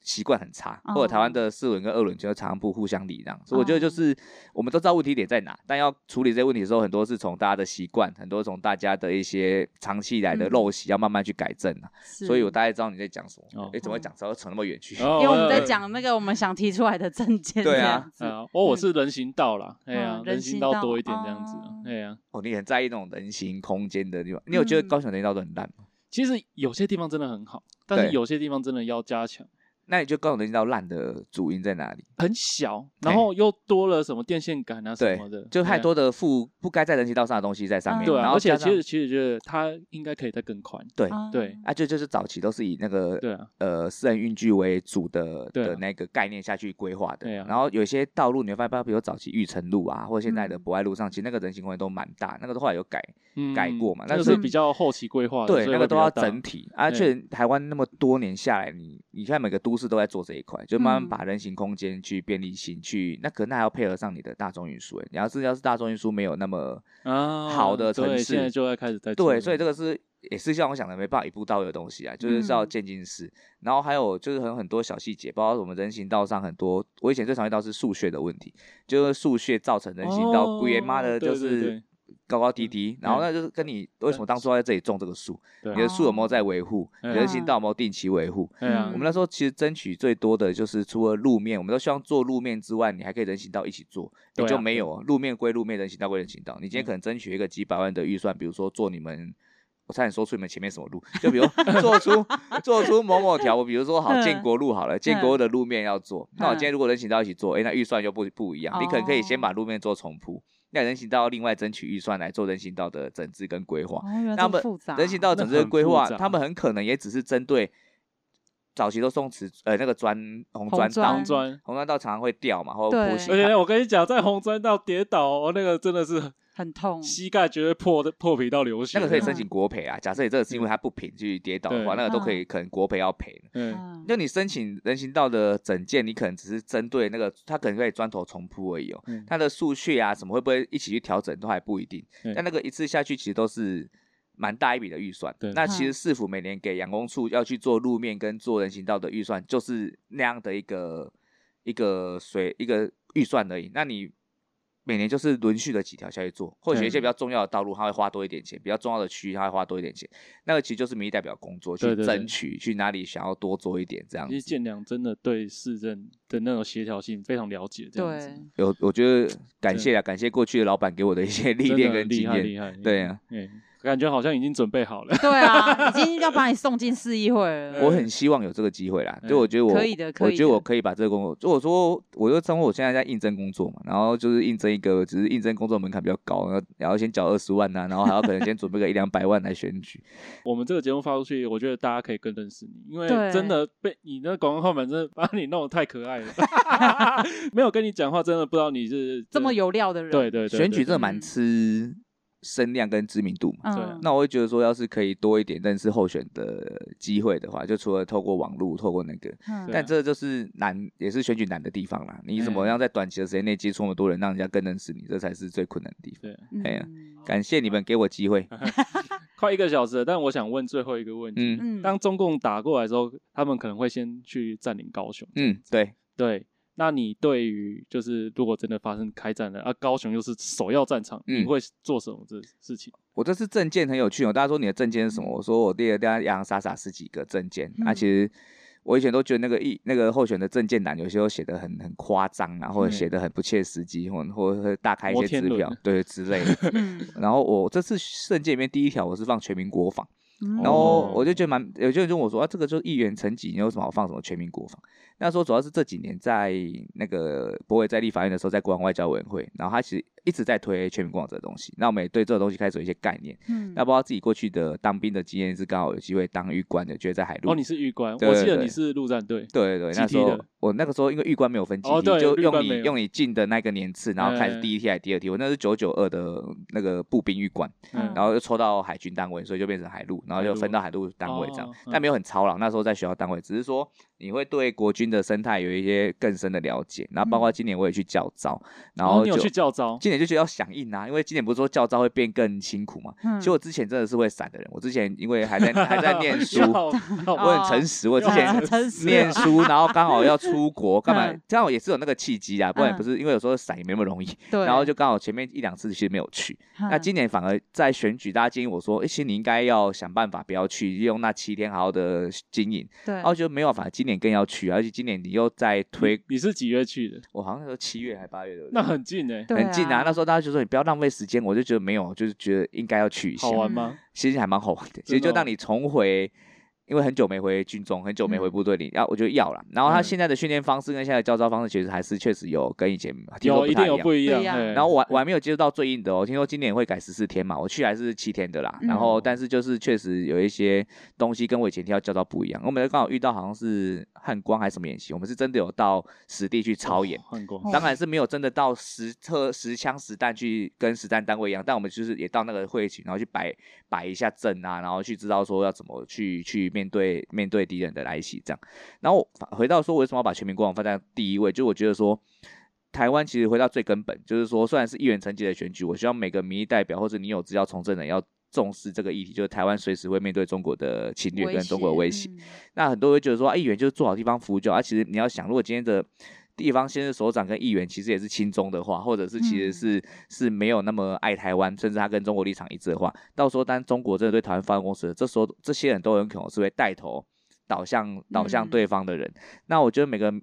S3: 习惯很差，或者台湾
S4: 哦
S3: 的四轮跟二轮就常常不互相礼让，所以我觉得就
S4: 哦
S3: 是我们都知道问题点在哪，但要处理这些问题的时候，很多是从大家的习惯，很多从大家的一些长期以来的
S4: 嗯
S3: 陋习要慢慢去改正啊。所以我
S4: 是
S3: 大概知道你在讲什么
S2: 哦。
S3: 哎，怎么会讲扯扯那么远去？
S2: 因
S4: 因为我们在讲那个我们想提出来的证件，
S3: 呃对啊
S4: 这样子
S2: 啊，哦，我是人行道啦，哎
S4: 嗯，
S2: 呀人
S4: 人
S2: 行
S4: 行
S2: 道
S4: 道
S2: 多一点这样子
S4: 哦，
S2: 哎呀，
S3: <laughs> 哦，你很在意那种人行空间的地方。你有觉
S4: 嗯
S3: 得高雄人行道都很烂吗？
S2: 其实有些地方真的很好，但是
S3: 对
S2: 有些地方真的要加强。
S3: 那你觉得高雄人行道烂的主因在哪里？
S2: 很小，
S3: 对
S2: 然后又多了什么电线杆啊什
S3: 对
S2: 么的，，对
S3: 就
S2: 啊
S3: 太。多的负不该在人行道上的东西在上面。
S2: 对
S3: 然
S2: 啊，
S3: 后
S2: 而且
S3: 加
S2: 其
S3: 上
S2: 实其实觉得它应该可以再更宽。
S3: 对
S4: 啊
S2: 对
S3: 啊，就就是早期都是以那个
S2: 对啊，
S3: 呃私人运具为主的
S2: 对啊
S3: 的那个概念下去规划的
S2: 对啊。
S3: 然后有些道路你会发现，比如早期玉成路啊，或者现在的
S4: 嗯
S3: 博爱路上，其实那个人行空间都蛮大，那个都后来有改。
S2: 嗯
S3: 改过嘛
S2: 那
S3: 那
S2: 个
S3: 是
S2: 是比较后期规划的，
S3: 对，
S2: 哦所以
S3: 那个
S2: 会
S3: 都
S2: 比较
S3: 要
S2: 大
S3: 整体，而
S2: 对
S3: 且台湾那么多年下来，你你看每个都市都在做这一块，就慢慢
S4: 嗯
S3: 把人行空间去便利性去，那可能那还要配合上你的大众运输。哎，你要是要是大众运输没有那么
S2: 啊
S3: 好的城
S2: 对
S3: 市
S2: 现在就在开始在做了
S3: 对，所以这个是也是像我想的，没办法一步到位的东西啊，就是是要
S4: 嗯
S3: 渐进式。然后还有就是很很多小细节，包括我们人行道上很多，我以前最常遇到是树屑的问题，就是树屑造成人行道，鬼妈
S2: 哦
S3: 的就
S2: 对对
S3: 是
S2: 对嗯
S3: 高高低低，然后那就是跟你为什么当初要在这里种这个树，
S2: 对哦
S3: 你的树有没有在维护，你的人行
S4: 嗯
S3: 道有没有定期维护？
S2: 哎呀
S4: 嗯
S3: 我们那时候其实争取最多的就是除了路面，我们都希望做路面之外，你还可以人行道一起做，也、
S2: 对啊
S3: 就没有哦路面归路面，人行道归人行道。你今天
S2: 嗯
S3: 可能争取一个几百万的预算，比如说做你们。我差点说出你们前面什么路，
S2: <laughs>
S3: 就比如做出做出某某条，我比如说好
S4: 嗯
S3: 建国路好了，建
S2: 嗯
S3: 国路的路面要做，那我今天如果人行道一起做，哎，那预算就不不一样，你可能可以
S2: 哦
S3: 先把路面做重铺，那人行道另外争取预算来做人行道的整治跟规划
S4: 哦，，原来
S3: 那
S4: 这
S3: 么
S4: 么复杂，啊
S3: 人行道
S2: 那
S3: 整个
S2: 很
S3: 规
S2: 复
S3: 划，
S2: 杂
S3: 他们很可能也只是针对早期都送瓷呃那个砖红
S4: 红
S3: 砖道，
S2: 红
S4: 嗯
S2: 砖。
S3: 红砖道常常会掉嘛，或者
S4: 对
S3: 坡形
S2: 而且我跟你讲，在红砖道跌倒，哦，那个真的是
S4: 很痛，
S2: 膝盖绝对破的破皮到流血。
S3: 那个可以申
S4: 嗯
S3: 请国赔啊。假设你这个是因为它不平去跌倒的话，
S2: 对
S3: 那个都可以可能国赔要赔。
S2: 嗯，
S4: 嗯
S3: 就你申请人行道的整件，你可能只是针对那个，它可能可以砖头重铺而已哦
S2: 嗯。
S3: 它的数据啊什么会不会一起去调整都还不一定
S2: 对。
S3: 但那个一次下去其实都是蛮大一笔的预算
S2: 对。
S3: 那其实市府每年给养工处要去做路面跟做人行道的预算，就是那样的一个一个水一个预算而已。那你。每年就是轮续的几条下去做，或许
S2: 对
S3: 一些比较重要的道路，它会花多一点钱；比较重要的区域，它会花多一点钱。那个其实就是民意代表工作，去
S2: 对对对
S3: 争取去哪里想要多做一点这样
S2: 其实
S3: 子。
S2: 建良真的对市政的那种协调性非常了解，这样子
S4: 对，
S3: 有，我觉得感
S2: 对
S3: 谢啊，感谢过去的老板给我的一些 <laughs> 历
S2: 真
S3: 练
S2: 的
S3: 跟
S2: 厉
S3: 经
S2: 害
S3: 验。
S2: 厉害。
S3: 对啊，
S2: 嗯，感觉好像已经准备好了。 <laughs>
S4: 对啊，已经要把你送进市
S3: <laughs>
S4: 议会了，
S3: 我很希望有这个机会啦，
S2: 嗯
S3: 就我觉得我
S4: 可以的可
S3: 我
S4: 以
S3: 觉得
S4: 的
S3: 我可以把这个工作，就我说，我就称呼我现在在应征工作嘛，然后就是应征一个，只是应征工作门槛比较高，然后然后先缴二十万呐、然后还要可能先准备个一两百万来选举。
S2: 我们这个节目发出去，我觉得大家可以更认识你，因为
S4: 对
S2: 真的被你那广告号码真的把你弄得太可爱了，
S4: <laughs>
S2: <laughs> 没有跟你讲话，真的不知道你是
S4: 这么。有料的人，
S2: 对 <laughs> 对对，
S3: 选举真
S2: 这
S3: 的蛮
S4: 嗯
S3: 吃声量跟知名度嘛。
S2: 对啊
S4: 嗯，
S3: 那我会觉得说，要是可以多一点认识候选的机会的话，就除了透过网络，透过那个，
S4: 嗯
S2: 对啊
S3: 但这就是难，也是选举难的地方啦。你怎么
S2: 嗯
S3: 样在短期的时间内接触那么多人，让人家更认识你，这才是最困难的地方。
S2: 对，
S4: 嗯
S3: 哎呀感谢你们给我
S2: <laughs>
S3: 机会。
S2: 快一个小时了，但我想问最后一个问题。
S3: 嗯
S4: 嗯，
S2: 当中共打过来之后，他们可能会先去占领高雄。
S3: 嗯，对，
S2: 对，那你对于就是如果真的发生开战了，啊，高雄又是首要战场，
S3: 嗯
S2: 你会做什么这事情？
S3: 我这次证件很有趣哦。大家说你的证件是什么？我说我列了大家洋洋洒洒十几个证件，那、
S4: 嗯
S3: 其实我以前都觉得那个一那个候选的证件栏有些都写的很很夸张啊，或者
S2: 嗯
S3: 写的很不切实际，或或者会大开一
S2: 摩
S3: 些
S2: 天
S3: 支票
S2: 轮，
S3: 对之
S2: <laughs>
S3: 类的。
S4: 嗯，
S3: 然后我这次证件里面第一条我是放全民国防，
S4: 嗯
S3: <laughs> 然后
S2: 哦
S3: 我就觉得蛮，有些人就问我说啊，这个就是议员层级，你有什么好放什么全民国防？那时候主要是这几年在那个博伟在立法院的时候，在国防外交委员会，然后他其实一直在推全民国防这个东西，那我们也对这个东西开始有一些概念。
S4: 嗯
S3: 那不知道自己过去的当兵的经验是刚好有机会当狱官的，觉得在海陆。
S2: 哦，你是玉官，
S3: 对
S2: 我记
S3: 对
S2: 得
S3: 对
S2: 你是陆战队，
S3: 对对对，那
S2: GT
S3: 时候
S2: 的
S3: 我那个时候因为狱官没有分级，
S2: 哦对
S3: 就
S2: 狱
S3: 用
S2: 官
S3: 你
S2: 没有
S3: 用你进的那个年次，然后看是
S2: 嗯
S3: 第一梯还是第二梯。我那是九九二的那个步兵狱官，
S2: 嗯
S3: 然后就抽到海军单位，所以就变成海陆，然后
S2: 海
S3: 就
S2: 陆
S3: 分到海陆单位这样
S2: 哦，
S3: 但没有很操劳。那时候在学校单位，只是说你会对国军的生态有一些更深的了解。然后包括今年我也去教招，然
S2: 嗯哦
S3: 后
S2: 你
S3: 就
S2: 有去教招，
S3: 今年就觉得要响应啊，因为今年不是说教招会变更辛苦嘛。
S4: 嗯
S3: 其实我之前真的是会散的人，我之前因为还在还
S2: <laughs>
S3: 在念书，
S2: 要
S4: <laughs>
S3: 我很
S4: 哦
S3: 诚实，我之前
S2: 要
S4: 诚实
S3: <laughs> 念书，然后刚好要出国，
S2: <laughs>
S3: 干嘛
S4: 嗯？
S3: 这样也是有那个契机啊，不然
S4: 嗯
S3: 不是因为有时候散也没那么容易。
S4: 对，
S3: 然后就刚好前面一两次其实没有去，那
S4: 嗯
S3: 今年反而在选举，大家建议我说，诶其实你应该要想办法不要去，利用那七天好好的经营。
S4: 对
S3: 然后就没有，反而今年更要去，而且今年你又在推，
S2: 你是几月去的？
S3: 我好像那时候七月还八月的，
S2: 嗯那很近哎，
S4: 对
S3: 很近啊。
S4: 啊
S3: 那时候大家就说你不要浪费时间，我就觉得没有，就是觉得应该要去一下
S2: 好。啊玩吗？
S3: 其实还蛮好玩的，其
S2: 哦
S3: 实就让你重回，因为很久没回军中，很久没回部队里，然后、我觉得要了。然后他
S2: 嗯
S3: 现在的训练方式跟现在的教招方式，其实还是确实有跟以前听
S2: 有，
S3: 说不
S2: 一定
S3: 太一
S2: 有
S3: 样。
S2: 不一样
S4: 不一。样
S2: 嘿
S3: 然后我还我还没有接触到最硬的哦，听说今年会改十四天嘛，我去还是七天的啦。然后
S2: 嗯
S3: 但是就是确实有一些东西跟我以前听到教招不一样。我们刚好遇到好像是汉光还是什么演习，我们是真的有到实地去操演
S2: 哦。汉光，
S3: 当然是没有真的到实测实枪实弹去跟实弹单位一样，但我们就是也到那个会群，然后去摆摆一下阵啊，然后去知道说要怎么去去面对面对敌人的来袭这样。然后反回到说为什么要把全民国防放在第一位，就我觉得说。台湾其实回到最根本，就是说，虽然是议员层级的选举，我希望每个民意代表或者你有资料从政的人要重视这个议题，就是台湾随时会面对中国的侵略跟中国的威胁。，
S4: 嗯
S3: 那很多人会觉得说，啊，议员就是做好地方服务就好。啊，其实你要想，如果今天的地方县市首长跟议员其实也是亲中的话，或者是其实
S4: 嗯
S3: 是、是没有那么爱台湾，甚至他跟中国立场一致的话，到时候当中国真的对台湾发动攻势，这时候这些人都很可能是会带头导向导向
S4: 嗯
S3: 对方的人。那我觉得每个。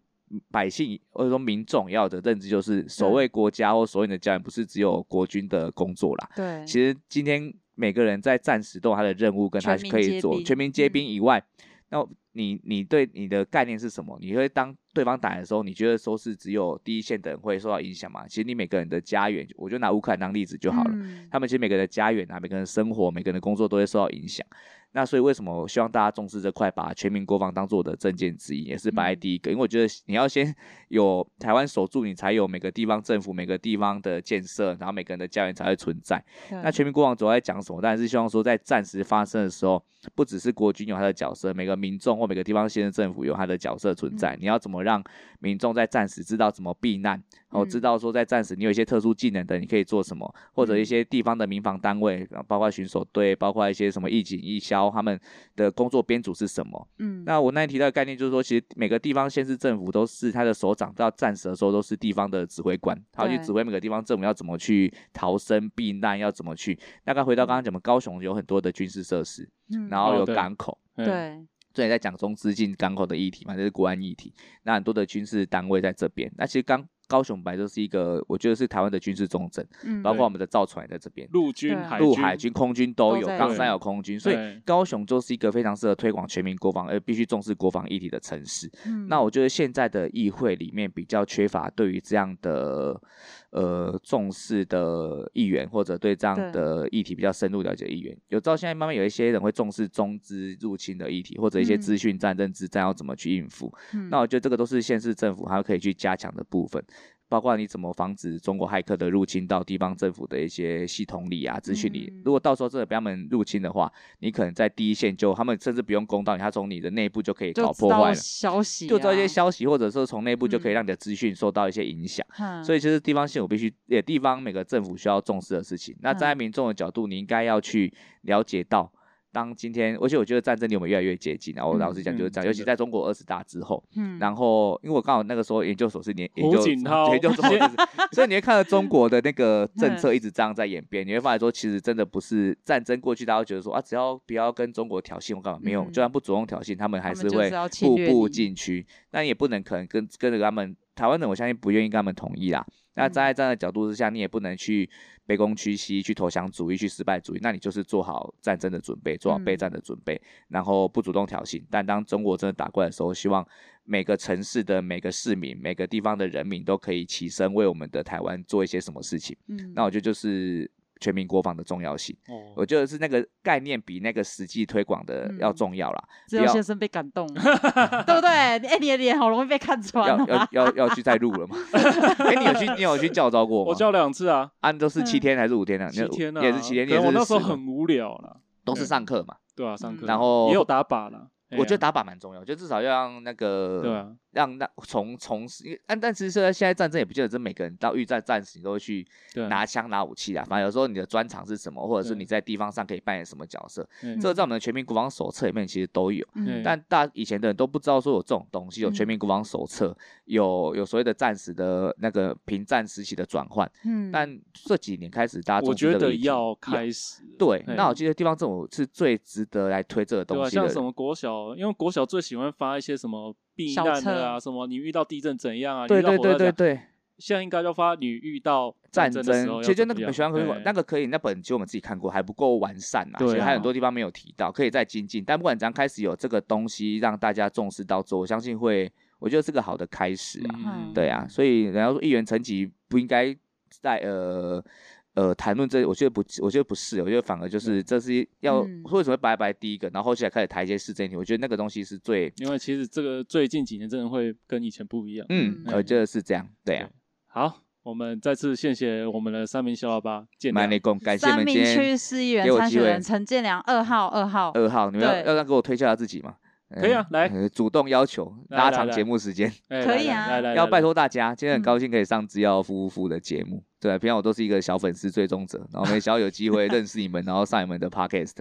S3: 百姓或者说民众要有的认知就是，所
S4: 对
S3: 谓国家或所谓你的家人，不是只有国军的工作啦，
S4: 对，
S3: 其实今天每个人在战时都有他的任务跟他
S4: 全民
S3: 可以
S4: 皆
S3: 做，
S4: 兵
S3: 全民皆
S4: 嗯
S3: 兵以外，那你你对你的概念是什么？你会当对方打来的时候，你觉得说是只有第一线的人会受到影响吗？其实你每个人的家园，我就拿乌克兰当例子就好了。
S4: 嗯
S3: 他们其实每个人的家园啊，每个人的生活，每个人的工作都会受到影响。那所以为什么我希望大家重视这块，把全民国防当做我的政见之一，也是摆在
S4: 嗯
S3: 第一个？因为我觉得你要先有台湾守住，你才有每个地方政府、每个地方的建设，然后每个人的家园才会存在。那
S4: 对
S3: 全民国防主要在讲什么？当然是希望说，在战时发生的时候，不只是国军有他的角色，每个民众或每个地方县政府有他的角色存在。
S4: 嗯
S3: 你要怎么让民众在战时知道怎么避难，然后
S4: 嗯
S3: 知道说在战时你有一些特殊技能的，你可以做什么，或者一
S4: 嗯
S3: 些地方的民防单位，然后包括巡守队，包括一些什么义警、义消，他们的工作编组是什么？
S4: 嗯
S3: 那我那天提到的概念就是说，其实每个地方县市政府都是他的首长到战时的时候都是地方的指挥官，他要去
S4: 对
S3: 指挥每个地方政府要怎么去逃生避难，要怎么去。那刚回到刚刚讲的，高雄有很多的军事设施，
S4: 嗯
S3: 然后
S2: 哦
S3: 有
S2: 对
S3: 港口，
S2: 嘿，
S4: 对
S3: 这也在讲中资进港口的议题嘛，这是国安议题。那很多的军事单位在这边，那其实刚高雄本来就是一个，我觉得是台湾的军事重镇，
S4: 嗯
S3: 包
S2: 对
S3: 括我们的造船也在这边。
S2: 陆军、
S4: 对
S2: 海
S3: 陆海军、空军都
S4: 都
S3: 有，
S4: 在
S3: 冈
S2: 这
S3: 山
S2: 里
S3: 有空军，所以
S2: 对
S3: 高雄就是一个非常适合推广全民国防，而必须重视国防议题的城市。
S4: 嗯
S3: 那我觉得现在的议会里面比较缺乏对于这样的呃重视的议员，或者对这样
S4: 对
S3: 的议题比较深入了解的议员。有到现在慢慢有一些人会重视中资入侵的议题，或者一些
S4: 嗯
S3: 资讯战、认知战要怎么去应付。
S4: 嗯
S3: 那我觉得这个都是县市政府还可以去加强的部分，包括你怎么防止中国骇客的入侵到地方政府的一些系统里啊、资讯里。
S4: 嗯
S3: 如果到时候真的被他们入侵的话，你可能在第一线就他们甚至不用攻到你，他从你的内部就可以
S4: 嗯就
S3: 搞
S4: 知
S3: 破坏
S4: 道
S3: 了。
S4: 消息啊，
S3: 就知道一些消息，或者说从内部就可以
S4: 嗯
S3: 让你的资讯受到一些影响。
S4: 嗯，
S3: 所
S4: 以
S3: 以其实地方性我必须，也
S4: 嗯
S3: 地方每个政府需要重视的事情。那站在民众的角度，你应该要去了解到当今天，而且我觉得战争离我们越来越接近啊！
S2: 嗯
S3: 我老实讲就是这样，
S2: 嗯
S3: 尤其
S2: 真的
S3: 在中国二十大之后，
S4: 嗯，
S3: 然后因为我刚好那个时候研究所是年研
S2: 胡
S3: 究
S2: 锦涛
S3: <laughs> 研究所就是所以你会看到
S4: <laughs>
S3: 中国的那个政
S4: 嗯
S3: 策一直这样在演变，你会发现说其实真的不是战争过去，大家会觉得说啊，只要不要跟中国挑衅，我干嘛没有？
S4: 嗯
S3: 就算不主动挑衅，他们还
S4: 他们就是
S3: 会
S4: 要侵
S3: 步
S4: 略
S3: 步
S4: 你
S3: 进趋，那也不能可能跟跟着他们台湾人，我相信不愿意跟他们同意啦。
S4: 嗯
S3: 那站在这样的角度之下，你也不能去卑躬屈膝、去投降主义、去失败主义，那你就是做好战争的准备，做好备
S4: 嗯
S3: 战的准备，然后不主动挑衅。但当中国真的打过来的时候，希望每个城市的每个市民、每个地方的人民都可以齐声为我们的台湾做一些什么事情。
S4: 嗯
S3: 那我觉得就是全民国防的重要性，
S2: <laughs> 哦，
S3: 我觉得是那个概念比那个实际推广的要
S4: 嗯
S3: 重要啦。
S4: 只
S3: 不
S4: 有
S3: 要
S4: 先生被感
S3: <laughs>
S4: 动，对不对？哎、你的脸好容易被看穿
S3: 要
S4: 哦。
S3: 要要要去再录了吗？ <laughs> 哎、你有去你有去教招过吗？
S2: 我叫两次啊，
S3: 啊，你都
S4: 嗯
S3: 是七天还是五天啊？你
S2: 七
S3: 有
S2: 天啊，
S3: 你也是七天，你
S2: 可
S3: 也
S2: 能
S3: 是
S2: 我那时候
S3: 10吗
S2: 很无聊啦，
S3: 都是上课嘛。
S2: 对啊，上课
S3: 然后
S2: 也有打靶啦，哎
S3: 我觉得
S2: 呀
S3: 打靶蛮重要，就至少要让那个
S2: 对啊，
S3: 让那从从事，因为但但其实现在现在战争也不见得真每个人到遇战战时你都会去
S2: 对啊
S3: 拿枪拿武器啊，反正有时候你的专长是什么，或者是
S2: 对
S3: 你在地方上可以扮演什么角色，
S2: 哎
S4: 嗯
S3: 这个在我们的全民国防手册里面其实都有。
S2: 嗯
S3: 但大以前的人都不知道说有这种东西，有全
S4: 嗯
S3: 民国防手册，有有所谓的战时的那个平战时期的转换，
S4: 嗯
S3: 但这几年开始，大家
S2: 我
S3: 重视
S2: 觉
S3: 这个
S2: 得
S3: 议题
S2: 要开始了
S3: 对。
S2: 嘿
S3: 那我记得地方政府是最值得来推这个
S2: 对
S3: 东
S2: 啊，
S3: 西的
S2: 像
S3: 人。
S2: 什么国小，因为国小最喜欢发一些什么避
S4: 小
S2: 难
S4: 册
S2: 的啊，什么你遇到地震怎样啊，你
S3: 对
S2: 遇到
S3: 对
S2: 火灾
S3: 对
S2: 怎
S3: 对
S2: 样。
S3: 对，
S2: 现在应该就发你遇到
S3: 战
S2: 争的时候
S3: 争
S2: 要
S3: 其实就那
S2: 怎
S3: 个
S2: 么样
S3: 学校科
S2: 哎
S3: 那个可以，那本其实我们自己看过，还不够完善啊，
S2: 对
S3: 其实
S2: 啊
S3: 还有很多地方没有提到，可以再精进。但不管怎样，开始有这个东西让大家重视到之后，我相信会，我觉得是个好的开始啊。
S2: 嗯
S3: 对啊，所以人家说议员层级不应该在呃呃谈论这，我觉得不，我觉得不是，我觉得反而就是这是要、
S4: 嗯
S3: 为什么白白第一个，然后后期还开始谈一些市政题，我觉得那个东西是最
S2: 因为其实这个最近几年真的会跟以前不一样。
S3: 嗯，
S2: 嗯
S3: 我觉得是这样，对啊，
S2: 好，我们再次谢谢我们的三名小喇叭，见
S3: 蛮
S2: 谅
S3: 内功，感谢你
S4: 三
S3: 们
S4: 明
S3: 今天
S4: 区市议员
S3: 给我
S4: 参
S3: 机
S4: 选
S3: 会呃
S4: 人陈建良，二号，二号，
S3: 二号，你们要
S4: 对
S3: 要让给我推销下自己嘛。
S2: 可以啊
S3: 呃
S2: 来
S3: 呃主动要求
S2: 来
S3: 拉
S2: 来
S3: 长
S2: 来
S3: 节目时间，
S2: 哎
S4: 可
S2: 来
S4: 以
S2: 来
S4: 啊
S2: 来来
S3: 要
S2: 来
S3: 拜托大家。今天很
S4: 嗯
S3: 高兴可以上制药夫妇的节目，对，啊平常我都是一个小粉丝追踪者，然后没想到有机会认识你们，然后上你们的 podcast，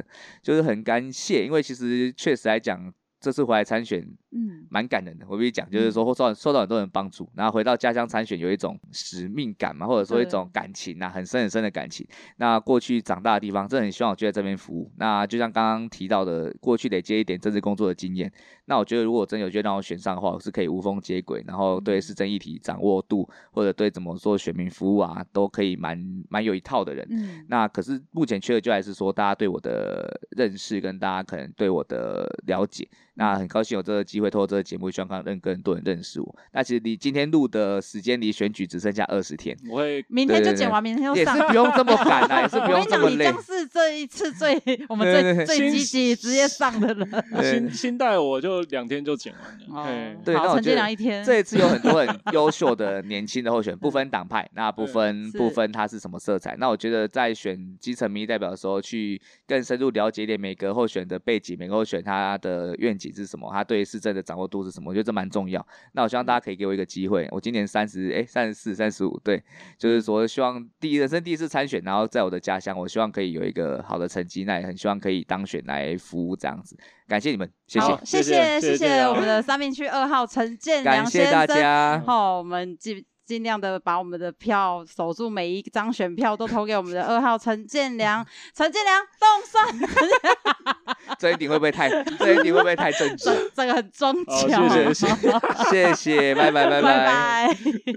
S3: 就是很感谢，因为其实确实来讲，这次回来参选
S4: 嗯，
S3: 蛮感人的。我必须讲，就是说受到受到很多人帮助，然后回到家乡参选有一种使命感嘛，或者说一
S4: 对
S3: 种感情呐、很深很深的感情。那过去长大的地方，真的很希望我就在这边服务。那就像刚刚提到的，过去累积一点政治工作的经验，那我觉得如果真有机会让我选上的话，我是可以无缝接轨，然后
S4: 嗯
S3: 对市政议题掌握度，或者对怎么做选民服务啊，都可以蛮蛮有一套的人。
S4: 嗯，
S3: 那可是目前缺的就还是说大家对我的认识跟大家可能对我的了解。那很高兴有这个机会，透过这个节目，希望让更多人认识我。那其实离今天录的时间离选举只剩下二十天，
S2: 我
S3: <laughs>
S2: 会
S4: 明天就
S3: 对对
S4: 剪
S3: 对
S4: 完，明天就
S3: 也
S4: 上
S3: 是。
S4: <laughs>
S3: 不用这么赶啊，也是
S4: 我
S3: 不
S4: 跟
S3: 用
S4: 你
S3: 这
S4: 讲，
S3: 么
S4: 你
S3: 累
S4: 将。是这一次最 <laughs> 我们
S3: 对对对
S4: 最最
S2: 先
S4: 积极直接上的人。
S3: 对
S2: 新新代我就两天就剪完
S4: 哦
S2: 了。哎
S3: 对那
S4: 好，
S3: 我
S4: 陈
S3: 觉
S4: 建
S3: 得
S4: 良一天，
S3: 这一次有很多
S4: <laughs>
S3: 很优秀的年轻的候选人，不分党派，那不
S2: 对
S3: 分
S4: 是
S3: 不分他是什么色彩。那我觉得在选基层民意代表的时候，去更深入了解一点每个候选人的背景，每个候选人他的愿景是什么，他对市政的掌握度是什么，我觉得这蛮重要。那我希望
S4: 嗯
S3: 大家可以给我一个机会，我今年三十，哎，三十四、三十五，对，
S4: 嗯
S3: 就是说希望第一人生第一次参选，然后在我的家乡，我希望可以有一个好的成绩，那也很希望可以当选来服务这样子。感谢你们，谢谢
S4: 好，，谢
S2: <laughs> 谢谢
S4: 谢
S2: 谢谢啊
S4: 我们的三明区二号陈建
S3: 感
S4: 良先
S3: 谢
S4: 生。
S3: 大家。
S4: 好，我们尽尽量的把我们的票守住，每一张选票都投给我们的二号陈建良，陈建良动算，
S3: 这一点会不会太这一点会不会太正直？
S4: 这个很装
S2: 好，
S4: 脚，
S2: 哦
S4: <laughs>
S2: 谢谢谢谢。
S3: 谢谢，拜拜
S4: 拜
S3: 拜拜。
S4: 拜。